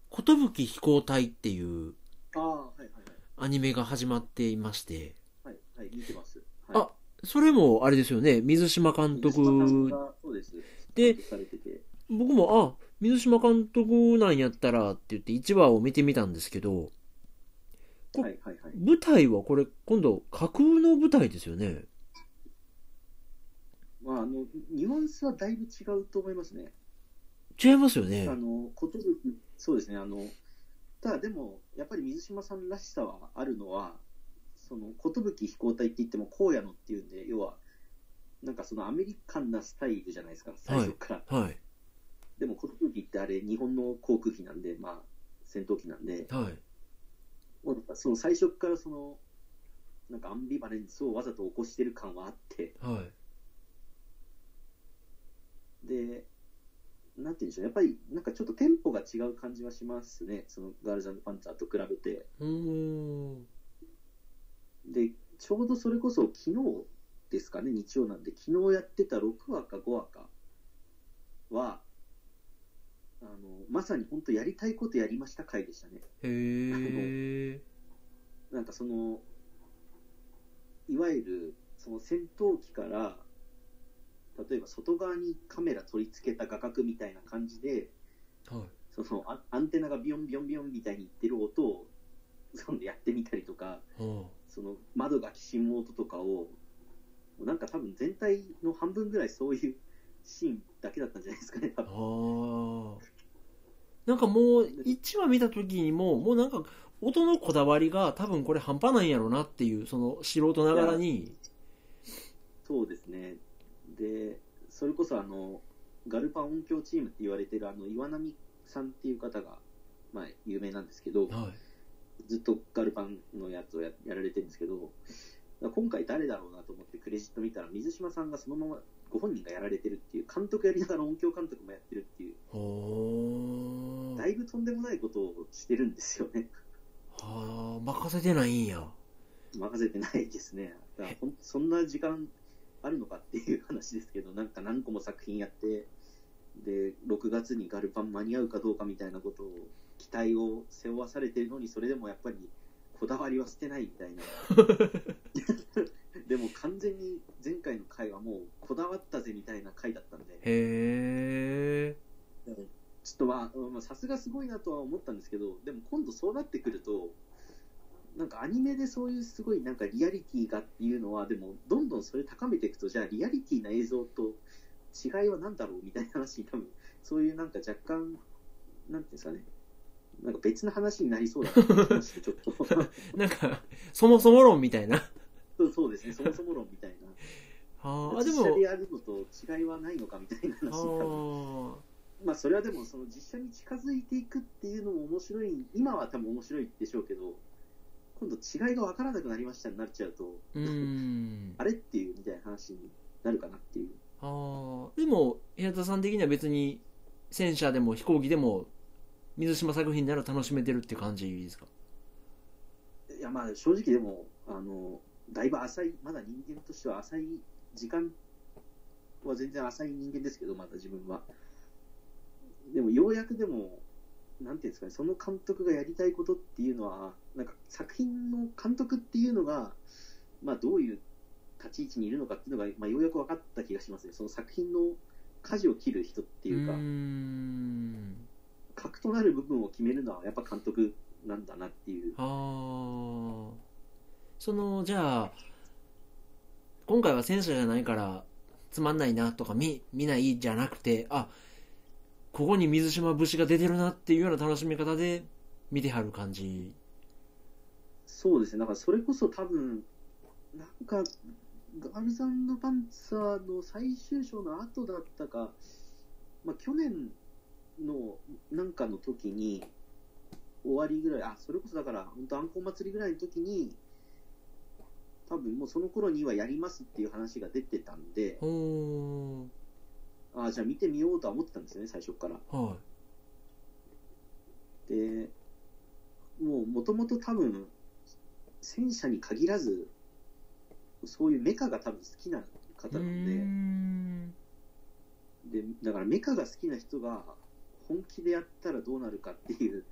Speaker 2: 寿飛行隊っていう
Speaker 1: ああ、はいはい
Speaker 2: アニメが始まっていまして、
Speaker 1: はい。はいはい、見てます。はい、
Speaker 2: あそれもあれですよね、水島監
Speaker 1: 水島さん
Speaker 2: 督
Speaker 1: がそうです。
Speaker 2: で、
Speaker 1: されてて。
Speaker 2: 僕も、あ、水島監督なんやったらって言って1話を見てみたんですけど、こ
Speaker 1: はいはいはい。
Speaker 2: 舞台はこれ、今度、架空の舞台ですよね。
Speaker 1: まあ、あの、ニュアンスはだいぶ違うと思いますね。
Speaker 2: 違いますよね
Speaker 1: あ。の、ことぶき、そうですね、あの、ただでも、やっぱり水島さんらしさはあるのは、その、ことぶき飛行隊って言っても、荒野のっていうんで、要は、なんかそのアメリカンなスタイルじゃないですか、最初から。
Speaker 2: はい。
Speaker 1: でも、ことぶきってあれ、日本の航空機なんで、まあ、戦闘機なんで、
Speaker 2: はい。
Speaker 1: もうなんかその最初からそのなんかアンビバレンスをわざと起こしてる感はあって
Speaker 2: はい。
Speaker 1: でなんて言うんでしょうやっぱりなんかちょっとテンポが違う感じはしますねそのガールズパンツァーと比べて
Speaker 2: うーん。
Speaker 1: でちょうどそれこそ昨日ですかね日曜なんで昨日やってた6話か5話かはあのまさに本当やりたいことやりました回でしたね
Speaker 2: へー。
Speaker 1: なんかその、いわゆるその戦闘機から、例えば外側にカメラ取り付けた画角みたいな感じで、
Speaker 2: はい。
Speaker 1: そのアアンテナがビヨンビヨンビヨンみたいにいってる音をそのやってみたりとか、
Speaker 2: は
Speaker 1: その窓がきしむ音とかを、なんか多分全体の半分ぐらいそういうシーンだけだったんじゃないですかね、多
Speaker 2: あ。あ
Speaker 1: 分
Speaker 2: ーなんかもう、1話見た時にも、もうなんか、音のこだわりが多分これ半端ないんやろなっていう、その素人ながらに、
Speaker 1: そうですね。で、それこそあの、ガルパン音響チームって言われてるあの、岩波さんっていう方が、まあ、有名なんですけど、
Speaker 2: はい。
Speaker 1: ずっとガルパンのやつをややられてるんですけど、今回誰だろうなと思ってクレジット見たら、水島さんがそのままご本人がやられてるっていう、監督やりながら音響監督もやってるっていう、
Speaker 2: ほー。
Speaker 1: だいぶとんでもないことをしてるんですよね。
Speaker 2: はあ任せてないんや
Speaker 1: 任せてないですね。だからほんそんな時間あるのかっていう話ですけど、なんか何個も作品やって、で、6月にガルパン間に合うかどうかみたいなことを、期待を背負わされてるのに、それでもやっぱり、こだわりは捨てないみたいな。でも完全に前回の回はもう、こだわったぜみたいな回だったんで、
Speaker 2: へえ
Speaker 1: ちょっとまあまあ、さすがすごいなとは思ったんですけど、でも今度そうなってくると、なんかアニメでそういうすごいなんかリアリティがっていうのは、でもどんどんそれ高めていくと、じゃあリアリティな映像と違いは何だろうみたいな話に多分、そういうなんか若干、なんていうんですかね、なんか別の話になりそうだなって思いましたちょっと。
Speaker 2: なんかそもそも論みたいな
Speaker 1: そうそうですね、そもそも論みたいな。
Speaker 2: あーあで
Speaker 1: 実写
Speaker 2: も
Speaker 1: でやるのと違いはないのかみたいな話に
Speaker 2: あ
Speaker 1: 多分
Speaker 2: ー
Speaker 1: まあそれはでもその実写に近づいていくっていうのも面白い今は多分面白いでしょうけど今度違いが分からなくなりましたになっちゃうと
Speaker 2: うーん
Speaker 1: あれっていうみたいな話になるかなっていう
Speaker 2: あーでも平田さん的には別に戦車でも飛行機でも水島作品なら楽しめてるって感じですか
Speaker 1: いやまあ正直でもあのだいぶ浅いまだ人間としては浅い時間は全然浅い人間ですけどまだ自分はでもようやくでもなんていうんですかねその監督がやりたいことっていうのはなんか作品の監督っていうのがまあどういう立ち位置にいるのかっていうのが、まあ、ようやく分かった気がしますねその作品の舵を切る人っていうか、
Speaker 2: ーん
Speaker 1: 核となる部分を決めるのはやっぱ監督なんだなっていう
Speaker 2: あーそのじゃあ今回は戦車じゃないからつまんないなとか見見ないじゃなくてあここに水島節が出てるなっていうような楽しみ方で見てはる感じ
Speaker 1: そうですね、だからそれこそ多分、なんか、ガールズパンツァーの最終章の後だったか、まあ、去年のなんかの時に、終わりぐらい、あ、それこそだから、本当、アンコン祭りぐらいの時に、多分もうその頃にはやりますっていう話が出てたんで、
Speaker 2: ほ
Speaker 1: あじゃあ見てみようとは思ってたんですよね、最初から。
Speaker 2: ーはい
Speaker 1: で、もうもともと多分、戦車に限らず、そういうメカが多分好きな方な
Speaker 2: うー
Speaker 1: ん
Speaker 2: ん
Speaker 1: で、で、だからメカが好きな人が本気でやったらどうなるかっていう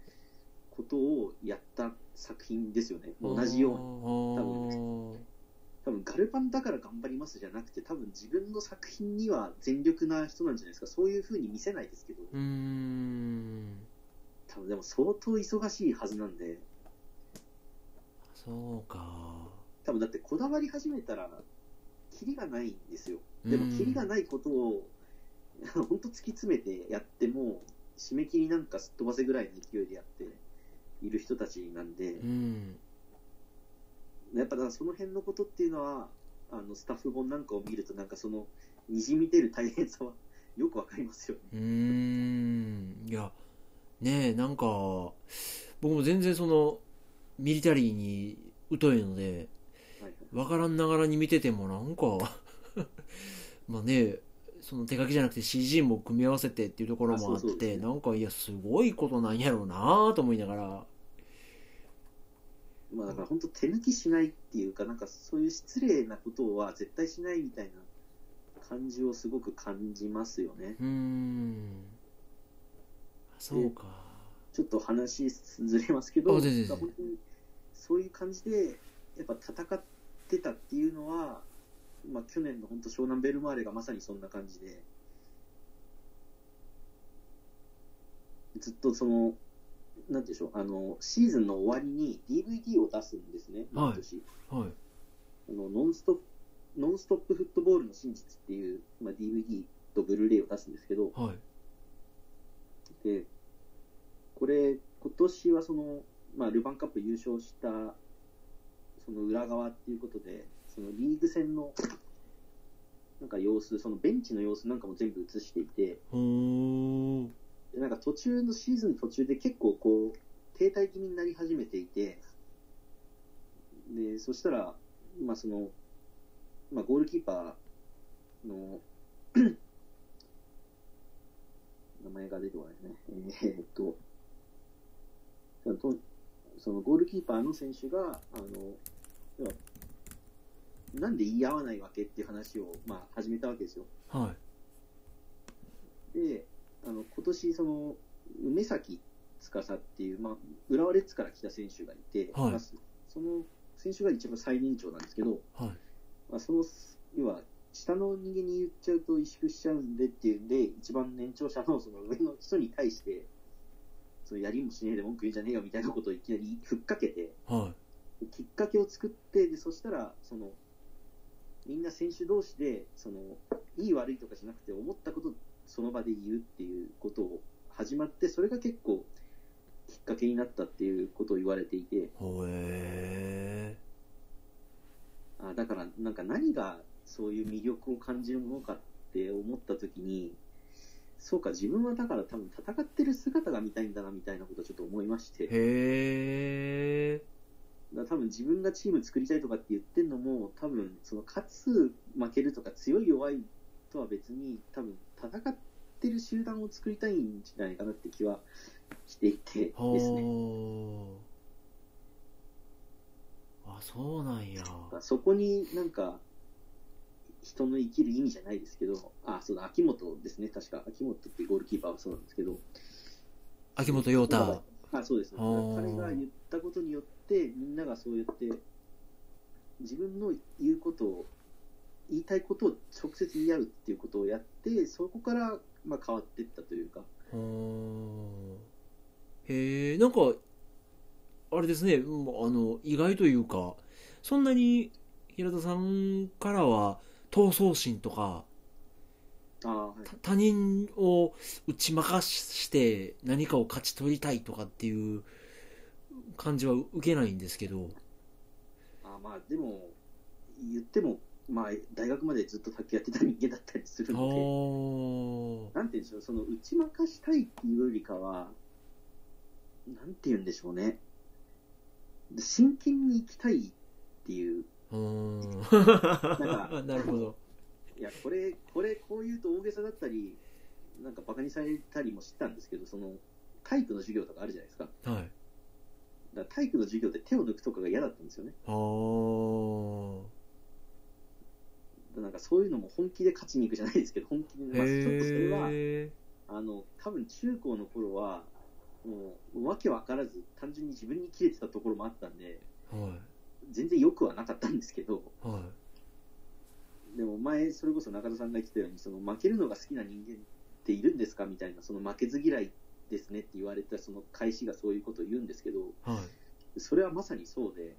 Speaker 1: ことをやった作品ですよね。同じように。
Speaker 2: に
Speaker 1: 多分ガルパンだから頑張りますじゃなくて、多分自分の作品には全力な人なんじゃないですか。そういう風に見せないですけど。
Speaker 2: うーん
Speaker 1: 多分でも相当忙しいはずなんで。
Speaker 2: そうか
Speaker 1: 多分だってこだわり始めたら、キリがないんですよ。
Speaker 2: うん
Speaker 1: でも、キリがないことを、 本当突き詰めてやっても、締め切りなんかすっ飛ばせぐらいの勢いでやっている人たちなんで、
Speaker 2: うん
Speaker 1: やっぱだからその辺のことっていうのは、あのスタッフ本なんかを見ると、なんかその、にじみ出る大変さは よくわかりますよね。
Speaker 2: うーんいやねえなんか僕も全然そのミリタリーに疎いので
Speaker 1: はいはい
Speaker 2: 分からんながらに見ててもなんか まあねその手書きじゃなくて CG も組み合わせてっていうところもあっ
Speaker 1: あそうそう
Speaker 2: て
Speaker 1: ですね
Speaker 2: なんかいやすごいことなんやろうなと思いながら
Speaker 1: まあだから本当手抜きしないっていうか、なんかそういう失礼なことは絶対しないみたいな感じをすごく感じますよね。
Speaker 2: うーんそうか
Speaker 1: ちょっと話ずれますけど、
Speaker 2: あ全然全然
Speaker 1: 本当にそういう感じで、やっぱ戦ってたっていうのは、まあ、去年の本当、湘南ベルマーレがまさにそんな感じで、ずっとその、なんていうんでしょう、あのシーズンの終わりに DVD を出すんですね、毎年。
Speaker 2: はい
Speaker 1: あのノンストップノンストップフットボールの真実っていう、まあ、DVD とブルーレイを出すんですけど、
Speaker 2: はい
Speaker 1: で、これ、今年はその、まあ、ルヴァンカップ優勝した、その裏側っていうことで、そのリーグ戦の、なんか様子、そのベンチの様子なんかも全部映していて、
Speaker 2: ほー
Speaker 1: でなんか途中のシーズン途中で結構こう、停滞気味になり始めていて、で、そしたら、まあその、まあゴールキーパーの、 名前が出てこないですね。えーっと、そのとそのゴールキーパーの選手が、あの、要はなんで言い合わないわけっていう話を、まあ、始めたわけですよ。
Speaker 2: はい。
Speaker 1: で、あの今年その、梅崎司っていう、まあ、浦和レッズから来た選手がいて、
Speaker 2: はい
Speaker 1: まあその選手が一番最年長なんですけど、
Speaker 2: はい。
Speaker 1: まあ、その、要は、下の人間に言っちゃうと萎縮しちゃうんでっていうんで、一番年長者のその上の人に対して、そのやりもしねえで文句言うんじゃねえよみたいなことをいきなりふっかけて、
Speaker 2: はい。
Speaker 1: きっかけを作って、でそしたら、その、みんな選手同士で、その、いい悪いとかじゃなくて、思ったことをその場で言うっていうことを始まって、それが結構、きっかけになったっていうことを言われていて、
Speaker 2: ほえ
Speaker 1: あだから、なんか何がそういう魅力を感じるものかって思ったときに、そうか、自分はだから多分戦ってる姿が見たいんだなみたいなことをちょっと思いまして、だか
Speaker 2: へえ。
Speaker 1: ら多分自分がチーム作りたいとかって言ってるのも、多分その勝つ、負けるとか強い弱いとは別に、多分戦ってる集団を作りたいんじゃないかなって気はしていてで
Speaker 2: ほ
Speaker 1: すね。
Speaker 2: あ、そうなんや。
Speaker 1: まあそこになんか、人の生きる意味じゃないですけど、あ、そうだ、秋元ですね、確か。秋元っていうゴールキーパーはそうなんですけど、
Speaker 2: 秋元陽
Speaker 1: なん
Speaker 2: 太
Speaker 1: か。あそうですね。
Speaker 2: あー
Speaker 1: 彼が言ったことによって、みんながそうやって、自分の言うことを、言いたいことを直接言い合うっていうことをやって、そこから、まあ、変わっていったというか、
Speaker 2: ほーへえ、なんか、あれですね、うんあの、意外というか、そんなに平田さんからは、闘争心とか、
Speaker 1: ああ、はい
Speaker 2: た他人を打ち負かして何かを勝ち取りたいとかっていう感じは受けないんですけど、
Speaker 1: あまあ、でも、言っても、まあ、大学までずっと卓球やってた人間だったりする
Speaker 2: あ
Speaker 1: ので、
Speaker 2: ー
Speaker 1: なんて言うんでしょう、その打ち負かしたいっていうよりかは、なんて言うんでしょうね。真剣に行きたいっていう、
Speaker 2: う
Speaker 1: な
Speaker 2: ーん
Speaker 1: んか
Speaker 2: なるほど。
Speaker 1: いや、これ、これ、こう言うと大げさだったり、なんかバカにされたりもしてたんですけど、その、体育の授業とかあるじゃないですか。
Speaker 2: は
Speaker 1: だ
Speaker 2: い。
Speaker 1: から体育の授業で手を抜くとかが嫌だったんですよね。
Speaker 2: あー
Speaker 1: だからなんかそういうのも本気で勝ちに行くじゃないですけど、本気で、まあ、ちょっとそれは、
Speaker 2: へえ。
Speaker 1: あの、多分中高の頃は、もう、わけわからず、単純に自分に切れてたところもあったんで、
Speaker 2: は
Speaker 1: 全然良くはなかったんですけど、
Speaker 2: い。はい。
Speaker 1: でも前、それこそ中田さんが言ってたように、その負けるのが好きな人間っているんですかみたいな、その負けず嫌いですねって言われたその返しがそういうことを言うんですけど、
Speaker 2: はい。
Speaker 1: それはまさにそうで、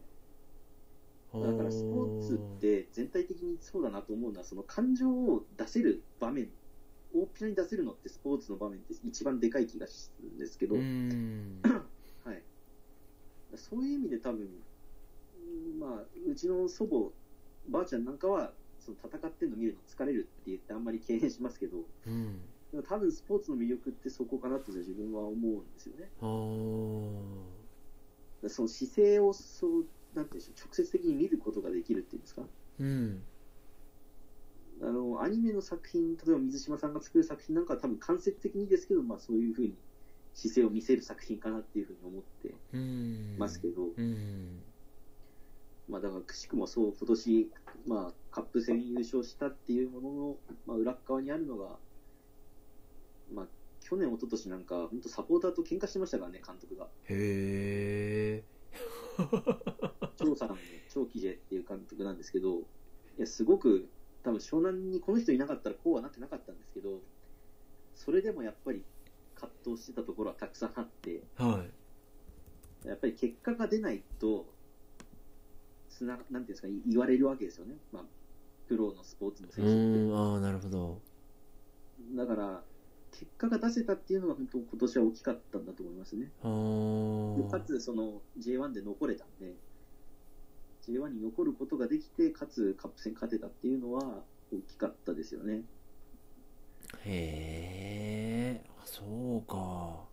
Speaker 2: だ
Speaker 1: だからスポーツって全体的にそうだなと思うのは、その感情を出せる場面、大っぴらに出せるのってスポーツの場面って一番でかい気がするんですけど、
Speaker 2: うーん。
Speaker 1: はい、そういう意味で多分、うんまあ、うちの祖母、ばあちゃんなんかは、その戦ってるの見るの疲れるって言ってあんまり敬遠しますけど、
Speaker 2: うん。
Speaker 1: でも多分スポーツの魅力ってそこかなと自分は思うんですよね。
Speaker 2: あー
Speaker 1: だからその姿勢をそう、なんていうんでしょう、直接的に見ることができるっていうんですか。
Speaker 2: うん。
Speaker 1: あの、アニメの作品、例えば水島さんが作る作品なんかは多分間接的にですけど、まあそういうふうに姿勢を見せる作品かなっていうふうに思って
Speaker 2: うん。
Speaker 1: ますけど、
Speaker 2: うん。
Speaker 1: まあだからくしくもそう、今年、まあカップ戦優勝したっていうものの、まあ裏っ側にあるのが、まあ去年、一昨年なんか、本当サポーターと喧嘩してましたからね、監督が。
Speaker 2: へえ。
Speaker 1: 張さん、張喜ジっていう監督なんですけど、いや、すごく、多分湘南にこの人いなかったらこうはなってなかったんですけど、それでもやっぱり葛藤してたところはたくさんあって、
Speaker 2: は
Speaker 1: やっぱり結果が出ないと、つな、なんていうんですか、い言われるわけですよね。まあ、プロのスポーツの
Speaker 2: い。
Speaker 1: 選
Speaker 2: う
Speaker 1: 手
Speaker 2: ー
Speaker 1: っ
Speaker 2: ん。ああ、なるほど。
Speaker 1: て。だから、結果が出せたっていうのが本当今年は大きかったんだと思いますね。
Speaker 2: あ
Speaker 1: でか
Speaker 2: ー
Speaker 1: つ、その J1 で残れたんで、J1 に残ることができて、かつカップ戦勝てたっていうのは大きかったですよね。
Speaker 2: へえ。あ、そうか。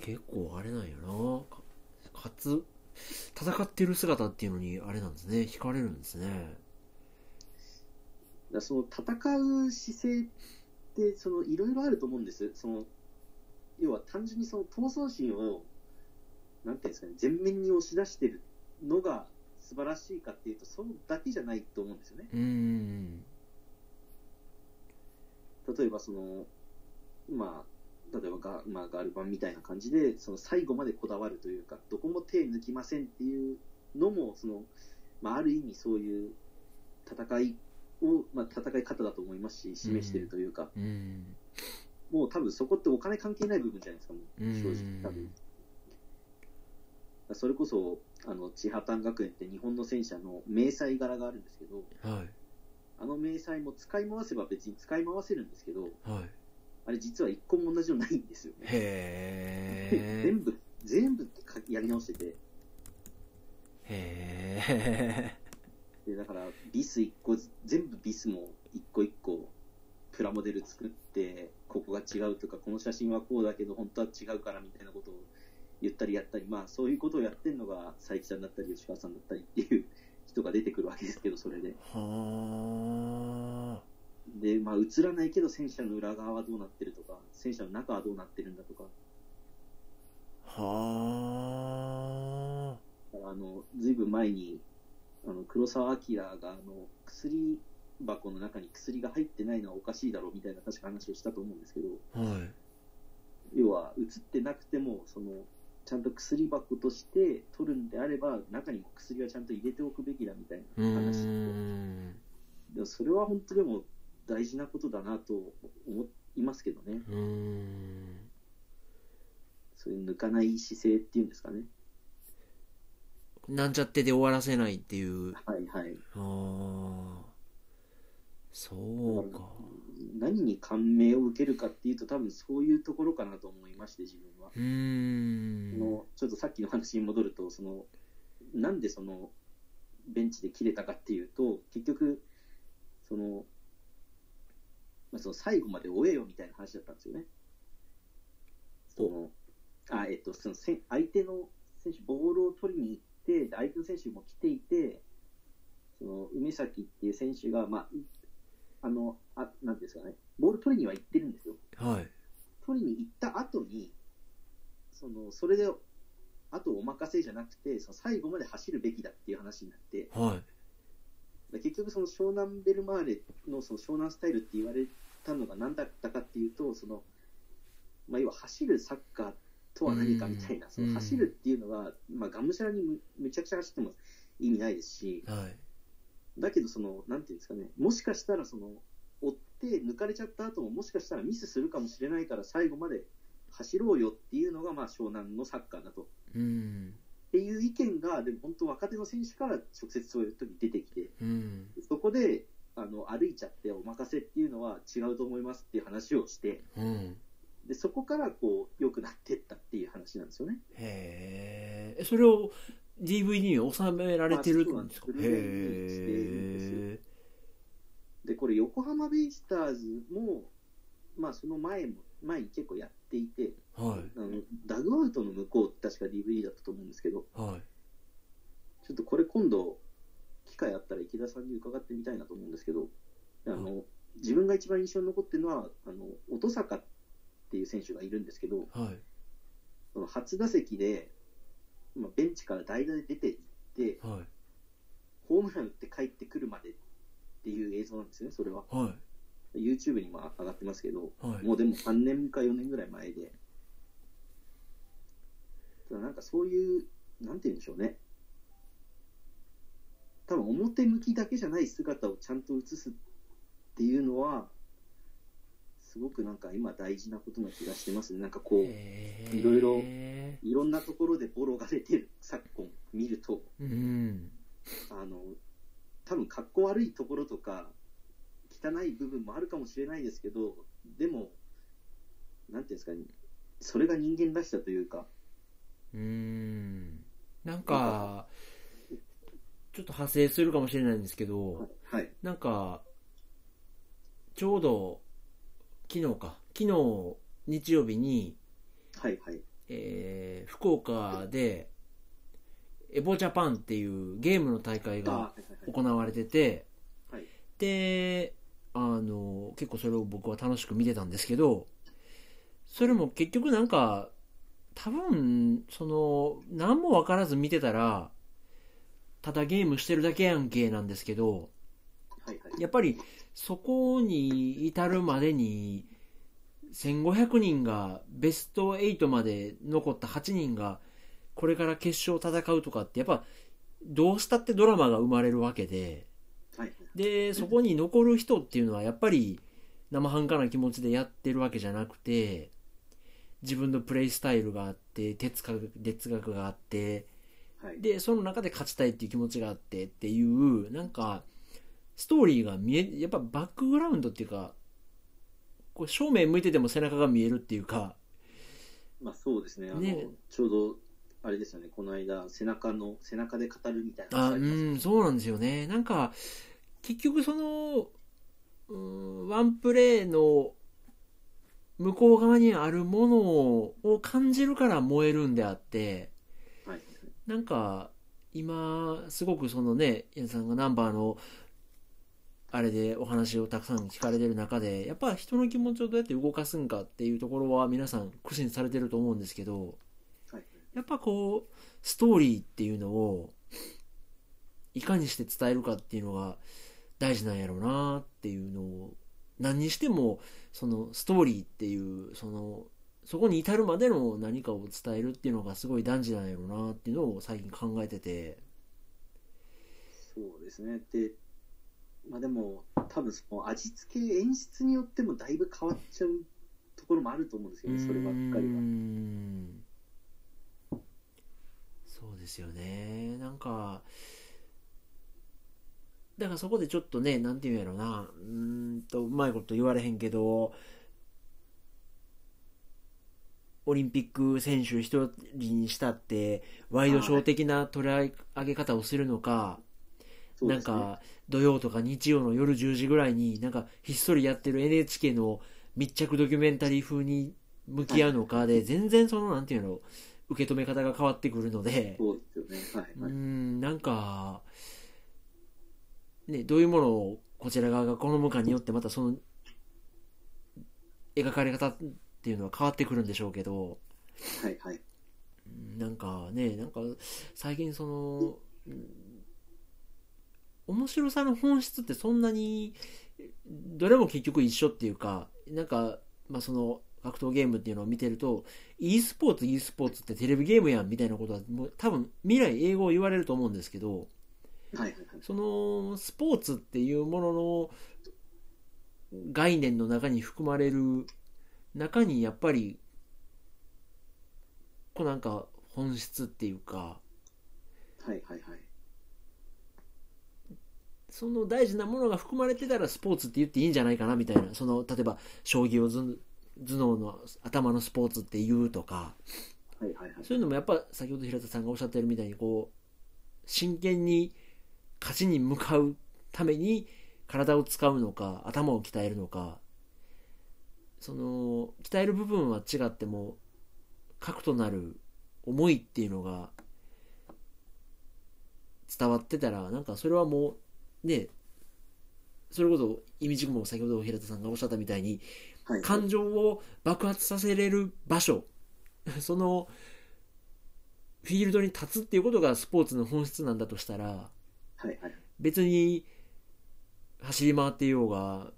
Speaker 2: 結構あれなんやな。かかつ、戦ってる姿っていうのにあれなんですね。惹かれるんですね。
Speaker 1: だからその戦う姿勢って、そのいろいろあると思うんです。その要は単純にその闘争心を、なんていうんですかね、全面に押し出してるのが、素晴らしいかっていうと、そうだけじゃないと思うんですよね。
Speaker 2: うん
Speaker 1: 例えばその、まあ、例えばガ,、まあ、ガール版みたいな感じで、その最後までこだわるというか、どこも手抜きませんっていうのも、そのまあ、ある意味そういう戦いを、まあ、戦い方だと思いますし、示してるというか、
Speaker 2: うん
Speaker 1: もう多分そこってお金関係ない部分じゃないですか、もう
Speaker 2: うん
Speaker 1: 正直、多分それこそ、あの、千波丹学園って日本の戦車の迷彩柄があるんですけど、
Speaker 2: は
Speaker 1: あの迷彩も使い回せば別に使い回せるんですけど、
Speaker 2: いはい
Speaker 1: あれ実は一個も同じのないんですよね。
Speaker 2: へ
Speaker 1: 全部、全部書きやり直してて、
Speaker 2: えへ
Speaker 1: でだから、ビス一個ず、全部ビスも一個一個、プラモデル作って、ここが違うとか、この写真はこうだけど、本当は違うからみたいなことを言ったりやったり、まあ、そういうことをやってるのが、佐伯さんだったり、吉川さんだったりっていう人が出てくるわけですけど、それで
Speaker 2: え。はあ
Speaker 1: で、まあ、映らないけど、戦車の裏側はどうなってるとか、戦車の中はどうなってるんだとか、
Speaker 2: はあ
Speaker 1: あの、ずいぶん前に、あの、黒沢明が、あの、薬箱の中に薬が入ってないのはおかしいだろうみたいな確か話をしたと思うんですけど、
Speaker 2: はい
Speaker 1: 要は、映ってなくても、その、ちゃんと薬箱として取るんであれば、中にも薬はちゃんと入れておくべきだみたいうな話。
Speaker 2: ーん
Speaker 1: でもそれは本当でも大事なことだなと思いますけどね。
Speaker 2: うーん
Speaker 1: そういう抜かない姿勢っていうんですかね。
Speaker 2: なんちゃってで終わらせないっていう
Speaker 1: はいはい。
Speaker 2: ああそうか
Speaker 1: 何に感銘を受けるかっていうと、多分そういうところかなと思いまして、自分は。
Speaker 2: う
Speaker 1: そ
Speaker 2: ーん
Speaker 1: のちょっとさっきの話に戻ると、そのなんでそのベンチで切れたかっていうと、結局、そのまあ、その最後まで終えよみたいな話だったんですよね。そのあえっと、そのせん相手の選手、ボールを取りに行って、で相手の選手も来ていて、その梅崎っていう選手が、まあ、あのあなんていうんですかね、ボール取りには行ってるんですよ。
Speaker 2: はい
Speaker 1: 取りに行った後に、そのそれで、あとお任せじゃなくて、その最後まで走るべきだっていう話になって、
Speaker 2: はい
Speaker 1: で結局、その湘南ベルマーレのその湘南スタイルって言われたのが何だったかっていうと、そのまあ、要は走るサッカーとは何かみたいな、
Speaker 2: うん
Speaker 1: その走るっていうのは、まあ、がむしゃらにむむちゃくちゃ走っても意味ないですし、
Speaker 2: はい
Speaker 1: だけどその、なんていうんですかね、もしかしたらその、追って抜かれちゃった後も、もしかしたらミスするかもしれないから、最後まで走ろうよっていうのが、まあ、湘南のサッカーだと。
Speaker 2: うーん
Speaker 1: っていう意見が、でも本当、若手の選手から直接そういう時に出てきて、
Speaker 2: うん
Speaker 1: そこであの歩いちゃって、お任せっていうのは違うと思いますっていう話をして、
Speaker 2: うん
Speaker 1: でそこからこう良くなってったっていう話なんですよね。
Speaker 2: へーえそれを DVD に収められてるんですか
Speaker 1: あそうなんです
Speaker 2: へえ
Speaker 1: で、これ、横浜ベイスターズも、まあ、その前も、前に結構やっていて、
Speaker 2: はい
Speaker 1: あのダグアウトの向こうって確か DVD だったと思うんですけど、
Speaker 2: はい
Speaker 1: ちょっとこれ今度、機会あったら池田さんに伺ってみたいなと思うんですけど、あの自分が一番印象に残ってるのは、あの音坂っていう選手がいるんですけど、
Speaker 2: はい
Speaker 1: その初打席で、まあ、ベンチから代打で出ていって、
Speaker 2: はい
Speaker 1: ホームラン打って帰ってくるまでっていう映像なんですね、それは。
Speaker 2: はい
Speaker 1: YouTube にも上がってますけど、
Speaker 2: はい
Speaker 1: もうでも3年か4年ぐらい前で、ただなんかそういう、なんて言うんでしょうね、多分表向きだけじゃない姿をちゃんと映すっていうのは、すごくなんか今、大事なことな気がしてますね、なんかこう、
Speaker 2: へ
Speaker 1: いろいろ
Speaker 2: え
Speaker 1: いろんなところでボロが出てる昨今、見ると、
Speaker 2: うん
Speaker 1: あの多分格好悪いところとか汚い部分もあるかもしれないですけどでもなんていうんですかねそれが人間らしさというか
Speaker 2: うーんなんかちょっと派生するかもしれないんですけど、
Speaker 1: はい
Speaker 2: なんかちょうど昨日か昨日日曜日に、
Speaker 1: はいはい
Speaker 2: えー福岡でエボジャパンっていうゲームの大会
Speaker 1: あ
Speaker 2: が
Speaker 1: はいはいはい
Speaker 2: 行われてて、
Speaker 1: はい
Speaker 2: であの結構それを僕は楽しく見てたんですけどそれも結局なんか多分その何も分からず見てたらただゲームしてるだけやんけなんですけど
Speaker 3: はいはい。
Speaker 2: やっぱりそこに至るまでに1500人がベスト8まで残った8人がこれから決勝を戦うとかってやっぱどうしたってドラマが生まれるわけで
Speaker 3: はいはい。
Speaker 2: でそこに残る人っていうのはやっぱり生半可な気持ちでやってるわけじゃなくて自分のプレイスタイルがあって哲学哲学があって
Speaker 3: はい。
Speaker 2: でその中で勝ちたいっていう気持ちがあってっていうなんかストーリーが見えやっぱバックグラウンドっていうかこう正面向いてても背中が見えるっていうか
Speaker 3: まあそうですね。あの、
Speaker 2: ね
Speaker 3: ちょうど、あれですよね、この間、背中の、背中で語るみたいな
Speaker 2: あ
Speaker 3: 話
Speaker 2: う
Speaker 3: りました
Speaker 2: んそうなんですよねなんか結局そのうーんワンプレーの向こう側にあるものを感じるから燃えるんであって
Speaker 3: はいはい
Speaker 2: なんか今すごくそのね矢野さんがナンバーのあれでお話をたくさん聞かれてる中でやっぱ人の気持ちをどうやって動かすんかっていうところは皆さん苦心されてると思うんですけ
Speaker 3: は
Speaker 2: ど
Speaker 3: いはい。
Speaker 2: やっぱこうストーリーっていうのをいかにして伝えるかっていうのが大事なんやろうなっていうのを何にしてもそのストーリーっていうそのそこに至るまでの何かを伝えるっていうのがすごい大事なんやろうなっていうのを最近考えてて
Speaker 3: そうですね。で、まあでも、多分その味付け、演出によってもだいぶ変わっちゃうところもあると思うんです
Speaker 2: う
Speaker 3: よね、そればっかり
Speaker 2: ー
Speaker 3: は。
Speaker 2: んそうですよねなんかだからそこでちょっとねなんて言うんやろなうーんとうまいこと言われへんけどオリンピック選手一人にしたってワイドショー的な取り上げ方をするのか、
Speaker 3: そう
Speaker 2: な
Speaker 3: で
Speaker 2: ん
Speaker 3: すね。
Speaker 2: か土曜とか日曜の夜10時ぐらいになんかひっそりやってる NHK の密着ドキュメンタリー風に向き合うのかで全然そのなんていうの受け止め方が変わってくるので
Speaker 3: そうですよね。はいうはい。
Speaker 2: んなんかねどういうものをこちら側が好むかによってまたその描かれ方っていうのは変わってくるんでしょうけど
Speaker 3: はいはい。
Speaker 2: なんかね、なんか最近その、うん面白さの本質ってそんなに、どれも結局一緒っていうか、なんか、まあその、格闘ゲームっていうのを見てると、e スポーツ、e スポーツってテレビゲームやんみたいなことは、もう多分未来英語を言われると思うんですけ
Speaker 3: は
Speaker 2: ど、
Speaker 3: いはいはい。
Speaker 2: そのスポーツっていうものの概念の中に含まれる中にやっぱりこうなんか本質っていうか
Speaker 3: はいはいはい。
Speaker 2: その大事なものが含まれてたらスポーツって言っていいんじゃないかなみたいなその例えば将棋を頭頭脳の頭のスポーツって言うとか
Speaker 3: はいはいはい。
Speaker 2: そういうのもやっぱ先ほど平田さんがおっしゃってるみたいにこう真剣に勝ちに向かうために体を使うのか頭を鍛えるのかその鍛える部分は違っても核となる思いっていうのが伝わってたらなんかそれはもうねそれこそ意味軸も先ほど平田さんがおっしゃったみたいに
Speaker 3: はいはい
Speaker 2: 感情を爆発させれる場所 そのフィールドに立つっていうことがスポーツの本質なんだとしたら
Speaker 3: はいはい。
Speaker 2: 別に走り回っていようが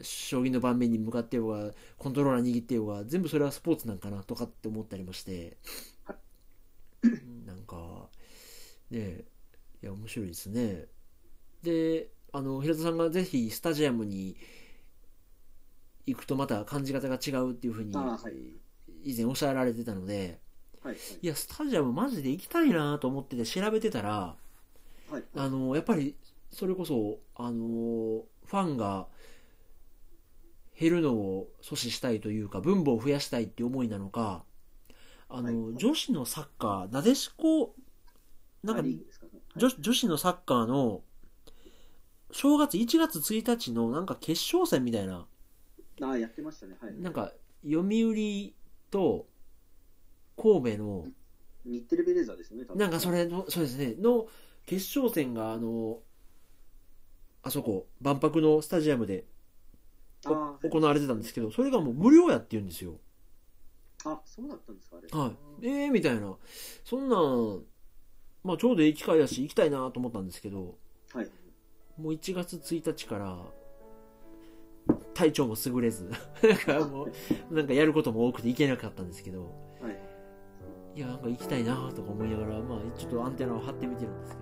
Speaker 2: 将棋の盤面に向かってようがコントローラー握ってようが全部それはスポーツなんかなとかって思ったりも して
Speaker 3: は
Speaker 2: なんかねえいや面白いですねであの平田さんがぜひスタジアムに行くとまた感じ方が違うっていうふうに
Speaker 3: ああはい
Speaker 2: 以前おっしゃられてたので
Speaker 3: はい
Speaker 2: いやスタジアムマジで行きたいなと思ってて調べてたら
Speaker 3: はい。
Speaker 2: あのやっぱりそれこそあのファンが減るのを阻止したいというか分母を増やしたいっていう思いなのかあの、
Speaker 3: はい
Speaker 2: 女子のサッカーなでしこなんか
Speaker 3: あいいですかね
Speaker 2: 女子女子のサッカーの正月1月1日のなんか決勝戦みたいな
Speaker 3: ああ、やってましたね。はい。
Speaker 2: なんか読売と神戸の
Speaker 3: 日テレベレーザーですよね、多分
Speaker 2: なんかそ。れの、そうですね、の決勝戦が、あの、あそこ、万博のスタジアムで
Speaker 3: ああ、はい
Speaker 2: 行われてたんですけど、それがもう無料やって言うんですよ。
Speaker 3: あ、そうだったんですか、あれ。
Speaker 2: はい。えー、みたいな。そんなん、まあ、ちょうどいい機会だし行きたいなと思ったんですけど
Speaker 3: はい。
Speaker 2: もう1月1日から体調も優れず なんかもうなんかやることも多くて行けなかったんですけど
Speaker 3: はい。
Speaker 2: いやなんか行きたいなとか思いながら、まあ、ちょっとアンテナを張ってみてるんですけど